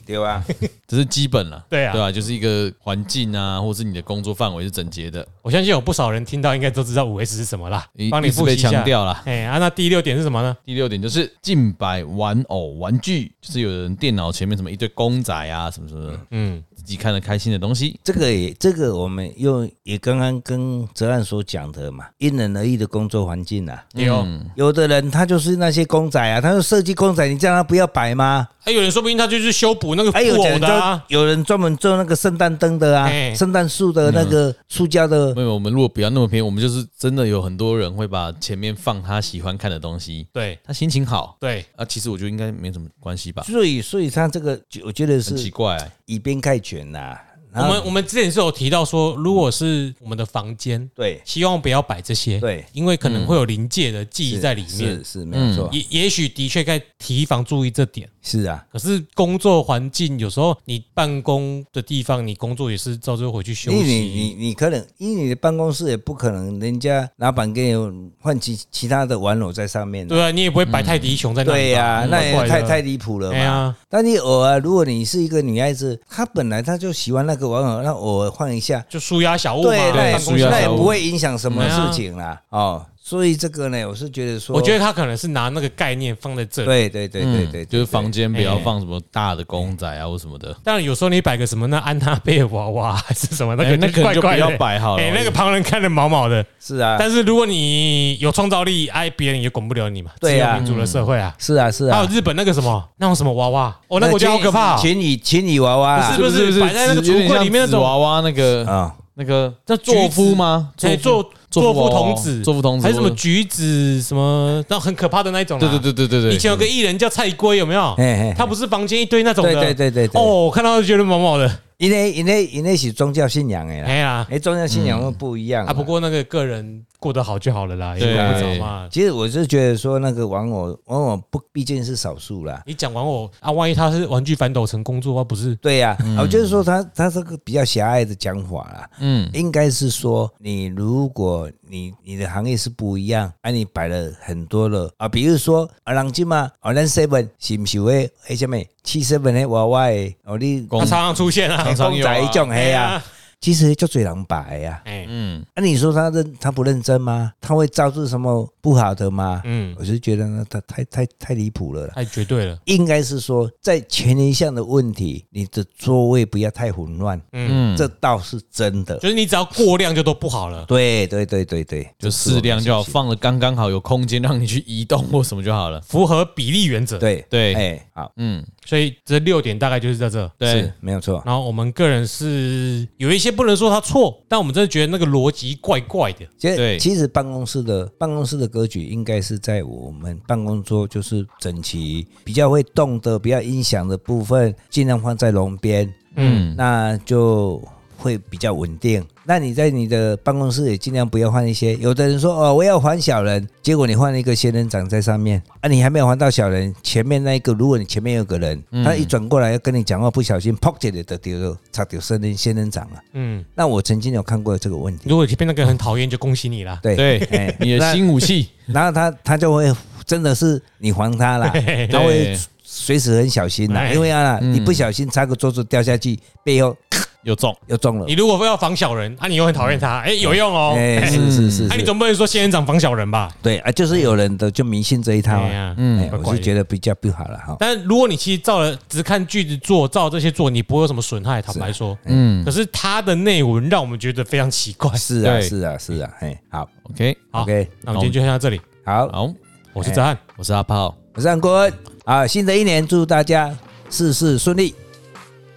Speaker 5: 对 吧？
Speaker 1: 只是基本了。
Speaker 2: 对啊
Speaker 1: 对啊，就是一个环境啊，或是你的工作范围是整洁的，
Speaker 2: 我相信有不少人听到应该都知道五 S 是什么啦
Speaker 1: 一，
Speaker 2: 帮你
Speaker 1: 一直
Speaker 2: 复习
Speaker 1: 被
Speaker 2: 一下
Speaker 1: 强。调啦。
Speaker 2: 哎啊，那第六点是什么呢？
Speaker 1: 第六点就是近百玩偶玩具，就是有人电脑前面什么一堆公仔啊，什么什么的，
Speaker 2: 嗯，
Speaker 1: 自己看得开心的东西。
Speaker 5: 这
Speaker 3: 这个也这个我们又也刚刚跟泽岸所讲的嘛，因人而异的工作环境啊。
Speaker 2: 有。
Speaker 1: 嗯
Speaker 3: 有的人他就是那些公仔啊，他说设计公仔，你叫他不要 摆吗？
Speaker 2: 还有人哎说不定他就是修补那个
Speaker 3: 哎还有
Speaker 2: 布偶
Speaker 3: 人
Speaker 2: 的啊
Speaker 3: 就，有人专门做那个圣诞灯的啊
Speaker 2: 哎，嗯
Speaker 3: 圣诞树的那个塑胶的
Speaker 1: 没有，我们如果不要那么偏，我们就是真的有很多人会把前面放他喜欢看的东西，
Speaker 2: 对
Speaker 1: 他心情好
Speaker 2: 对，
Speaker 1: 啊，其实我觉得应该没什么关系吧，
Speaker 3: 所以，所以他这个就我觉得
Speaker 1: 很奇
Speaker 3: 是
Speaker 1: 怪、啊
Speaker 3: 以偏概全呐、
Speaker 2: 我
Speaker 3: 然后
Speaker 2: 们我们之前是有提到说，如果是我们的房间，
Speaker 3: 对
Speaker 2: 希望不要摆这些，
Speaker 3: 对，
Speaker 2: 因为可能
Speaker 1: 嗯
Speaker 2: 会有临界的记忆在里面嗯
Speaker 3: 是。是没有错，
Speaker 2: 也也许的确该提防注意这点，
Speaker 3: 是啊，
Speaker 2: 可是工作环境有时候你办公的地方，你工作也是照着回去休
Speaker 3: 因为你
Speaker 2: 息，
Speaker 3: 你你可能因为你的办公室也不可能人家老板给你换其其他的玩偶在上面啊、
Speaker 2: 对啊，你也不会摆泰迪熊在那里吧，嗯
Speaker 3: 对呀、那也
Speaker 2: 怪怪
Speaker 3: 太
Speaker 2: 的
Speaker 3: 太离谱了
Speaker 2: 哎
Speaker 3: 嘛。
Speaker 2: 呀，
Speaker 3: 但你偶尔，如果你是一个女孩子，她本来她就喜欢那个玩偶，那偶尔换一下，
Speaker 2: 就舒压小物嘛，
Speaker 3: 对，那也
Speaker 2: 办公室
Speaker 1: 舒压
Speaker 3: 那也
Speaker 1: 小物
Speaker 3: 不会影响什么
Speaker 2: 哎呀
Speaker 3: 事情啦。哦，所以这个呢，我是觉得说，
Speaker 2: 我觉得嗯他可能是拿那个概念放在这里。
Speaker 3: 对对对对对，
Speaker 1: 嗯就是
Speaker 3: 防。
Speaker 1: 房间不要放什么大的公仔啊或什么的，
Speaker 2: 当然，有时候你摆个什么那安娜贝尔娃娃还是什么，那个、
Speaker 1: 哎那可能
Speaker 2: 怪
Speaker 1: 就
Speaker 2: 怪
Speaker 1: 不
Speaker 2: 的
Speaker 1: 要摆好了
Speaker 2: 哎、那个旁人看的毛毛的。
Speaker 3: 是啊，
Speaker 2: 但是如果你有创造力，哎，别人也管不了你嘛。
Speaker 3: 对啊
Speaker 2: 自由民主的社会啊。
Speaker 3: 是啊，是
Speaker 2: 还有
Speaker 3: 啊。
Speaker 2: 日本那个什么那种什么娃娃，哦，那个我觉得好可怕、哦。
Speaker 3: 情侣情侣娃娃
Speaker 2: 不是不
Speaker 3: 啦
Speaker 2: 是
Speaker 1: 不是
Speaker 2: 摆在那个
Speaker 1: 纸有点
Speaker 2: 橱柜
Speaker 1: 像
Speaker 2: 里面那
Speaker 1: 纸
Speaker 2: 种
Speaker 1: 娃娃那个
Speaker 3: 啊，
Speaker 1: 那个叫
Speaker 2: 橘子
Speaker 1: 作夫吗？
Speaker 2: 哎，
Speaker 1: 作
Speaker 2: 做做
Speaker 1: 娃
Speaker 2: 副
Speaker 1: 娃
Speaker 2: 童子，
Speaker 1: 作夫童子，
Speaker 2: 还有什么
Speaker 1: 我
Speaker 2: 橘子什么，那很可怕的那一种、啊。
Speaker 1: 对对对对对对，
Speaker 2: 以前有个艺人叫蔡圭，有没有？
Speaker 3: 嘿嘿嘿
Speaker 2: 他不是房间一堆那种的。
Speaker 3: 哎对对对对对
Speaker 2: 哦，我看到就觉得毛毛的。
Speaker 3: 因为因为因为是宗教信仰的啦，
Speaker 2: 哎呀，
Speaker 3: 哎，宗教信仰都不一样
Speaker 2: 啊，不过那个个人过得好就好了啦，也
Speaker 1: 对
Speaker 2: 管
Speaker 1: 啊
Speaker 2: 不着嘛。
Speaker 3: 其实我是觉得说那个玩偶玩偶不毕竟是少数啦，
Speaker 2: 你讲完我啊，万一他是玩具反斗城工作啊，不是？
Speaker 3: 对呀、啊，我就是说他他这个比较狭隘的讲法啦，
Speaker 1: 嗯
Speaker 3: 应该是说你如果你你的行业是不一样，啊，你摆了很多了啊，比如说啊，人今嘛啊，咱 seven 是不是会迄什么七 seven 的娃娃的哦，你
Speaker 1: 公
Speaker 2: 他常常出现啊
Speaker 1: 常，常
Speaker 3: 公
Speaker 1: 有啊
Speaker 3: 仔一种嘿啊，，其实就最难摆呀、啊。
Speaker 2: 哎，
Speaker 1: 嗯
Speaker 3: 那、你说他认他不认真吗？他会招致什么不好的吗？
Speaker 2: 嗯，
Speaker 3: 我是觉得呢，他太太太离谱了啦。
Speaker 2: 太绝对了，
Speaker 3: 应该是说，在前一项的问题，你的座位不要太混乱，
Speaker 2: 嗯，
Speaker 1: 嗯，
Speaker 3: 这倒是真的。
Speaker 2: 就是你只要过量就都不好了。
Speaker 3: 对对对对对，
Speaker 1: 就适量就好，放了刚刚好，有空间让你去移动或什么就好了。
Speaker 2: 符合比例原则，，
Speaker 3: 对
Speaker 1: 对
Speaker 3: 哎，好，
Speaker 1: 嗯，
Speaker 2: 所以这六点大概就是在这。
Speaker 1: 对
Speaker 3: 是，没有错。
Speaker 2: 然后我们个人是有一些不能说他错，但我们真的觉得那个逻辑怪怪的。
Speaker 3: 其
Speaker 1: 对
Speaker 3: 实其实办公室的办公室的格局应该是在我们办公桌就是整齐，比较会动的、比较音响的部分，尽量放在笼边，
Speaker 2: 嗯，
Speaker 3: 那就会比较稳定。那你在你的办公室也尽量不要换一些，有的人说哦我要还小人，结果你换了一个仙人掌在上面啊，你还没有还到小人，前面那一个，如果你前面有个人，他一转过来要跟你讲话，不小心砰一的丢了，插丢森林仙人掌啊了。
Speaker 2: 嗯，
Speaker 3: 那我曾经有看过这个 问题，
Speaker 2: 如果前面那个人很讨厌，就恭喜你啦。
Speaker 3: 对
Speaker 1: 对
Speaker 3: 哎，
Speaker 1: 你的新武器，
Speaker 3: 然后他他就会真的是你还他啦，他会随时很小心啦，
Speaker 2: 哎
Speaker 3: 因为啊，
Speaker 1: 嗯
Speaker 3: 你不小心擦个桌子掉下去，背后咔
Speaker 1: 有中，
Speaker 3: 又中了
Speaker 2: 你。如果非要防小人，啊，你又很讨厌他，哎，有用嗯哦。
Speaker 3: 哎，是
Speaker 1: 嗯
Speaker 3: 是是
Speaker 2: 哎，你
Speaker 3: 是，
Speaker 2: 总不能说仙人掌防小人吧？
Speaker 3: 对啊，就是有人的就迷信这一套
Speaker 2: 哎
Speaker 3: 啊。
Speaker 2: 呀，
Speaker 1: 嗯
Speaker 3: 哎，
Speaker 2: 怪怪
Speaker 3: 我
Speaker 2: 的
Speaker 3: 是觉得比较不好了哈。
Speaker 2: 但如果你其实照了只看句子做，照这些做，你不会有什么损害。坦白说，
Speaker 1: 嗯
Speaker 2: 可是它的内文让我们觉得非常奇怪。
Speaker 3: 是啊
Speaker 1: 对
Speaker 3: 是啊是啊，
Speaker 2: 嗯
Speaker 3: 哎，好
Speaker 1: ，OK，
Speaker 2: 好
Speaker 3: ，OK，
Speaker 2: 那我们今天就先到这里，
Speaker 3: 好，
Speaker 1: 好，
Speaker 2: 我是泽汉，
Speaker 1: 我是阿炮，
Speaker 3: 我是安国恩啊，新的一年祝大家事事顺利，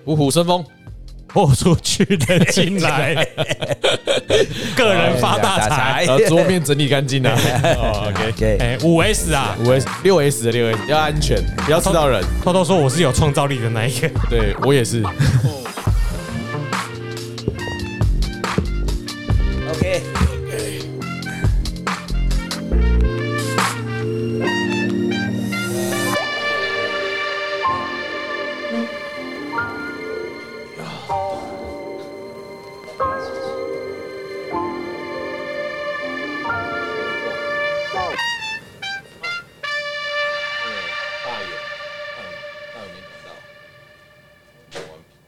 Speaker 1: 虎虎生风，
Speaker 2: 豁出去的进来，个
Speaker 3: 哎
Speaker 2: 人哎发大 财。呃
Speaker 1: 然后 桌面整理干净了。OK，
Speaker 3: OK，
Speaker 2: 哎，五 S 啊，
Speaker 1: 五 S 六 S 的六 S 要安全，不要吃到人。
Speaker 2: 偷偷说我是有创造力的那一个。
Speaker 1: 对我也是。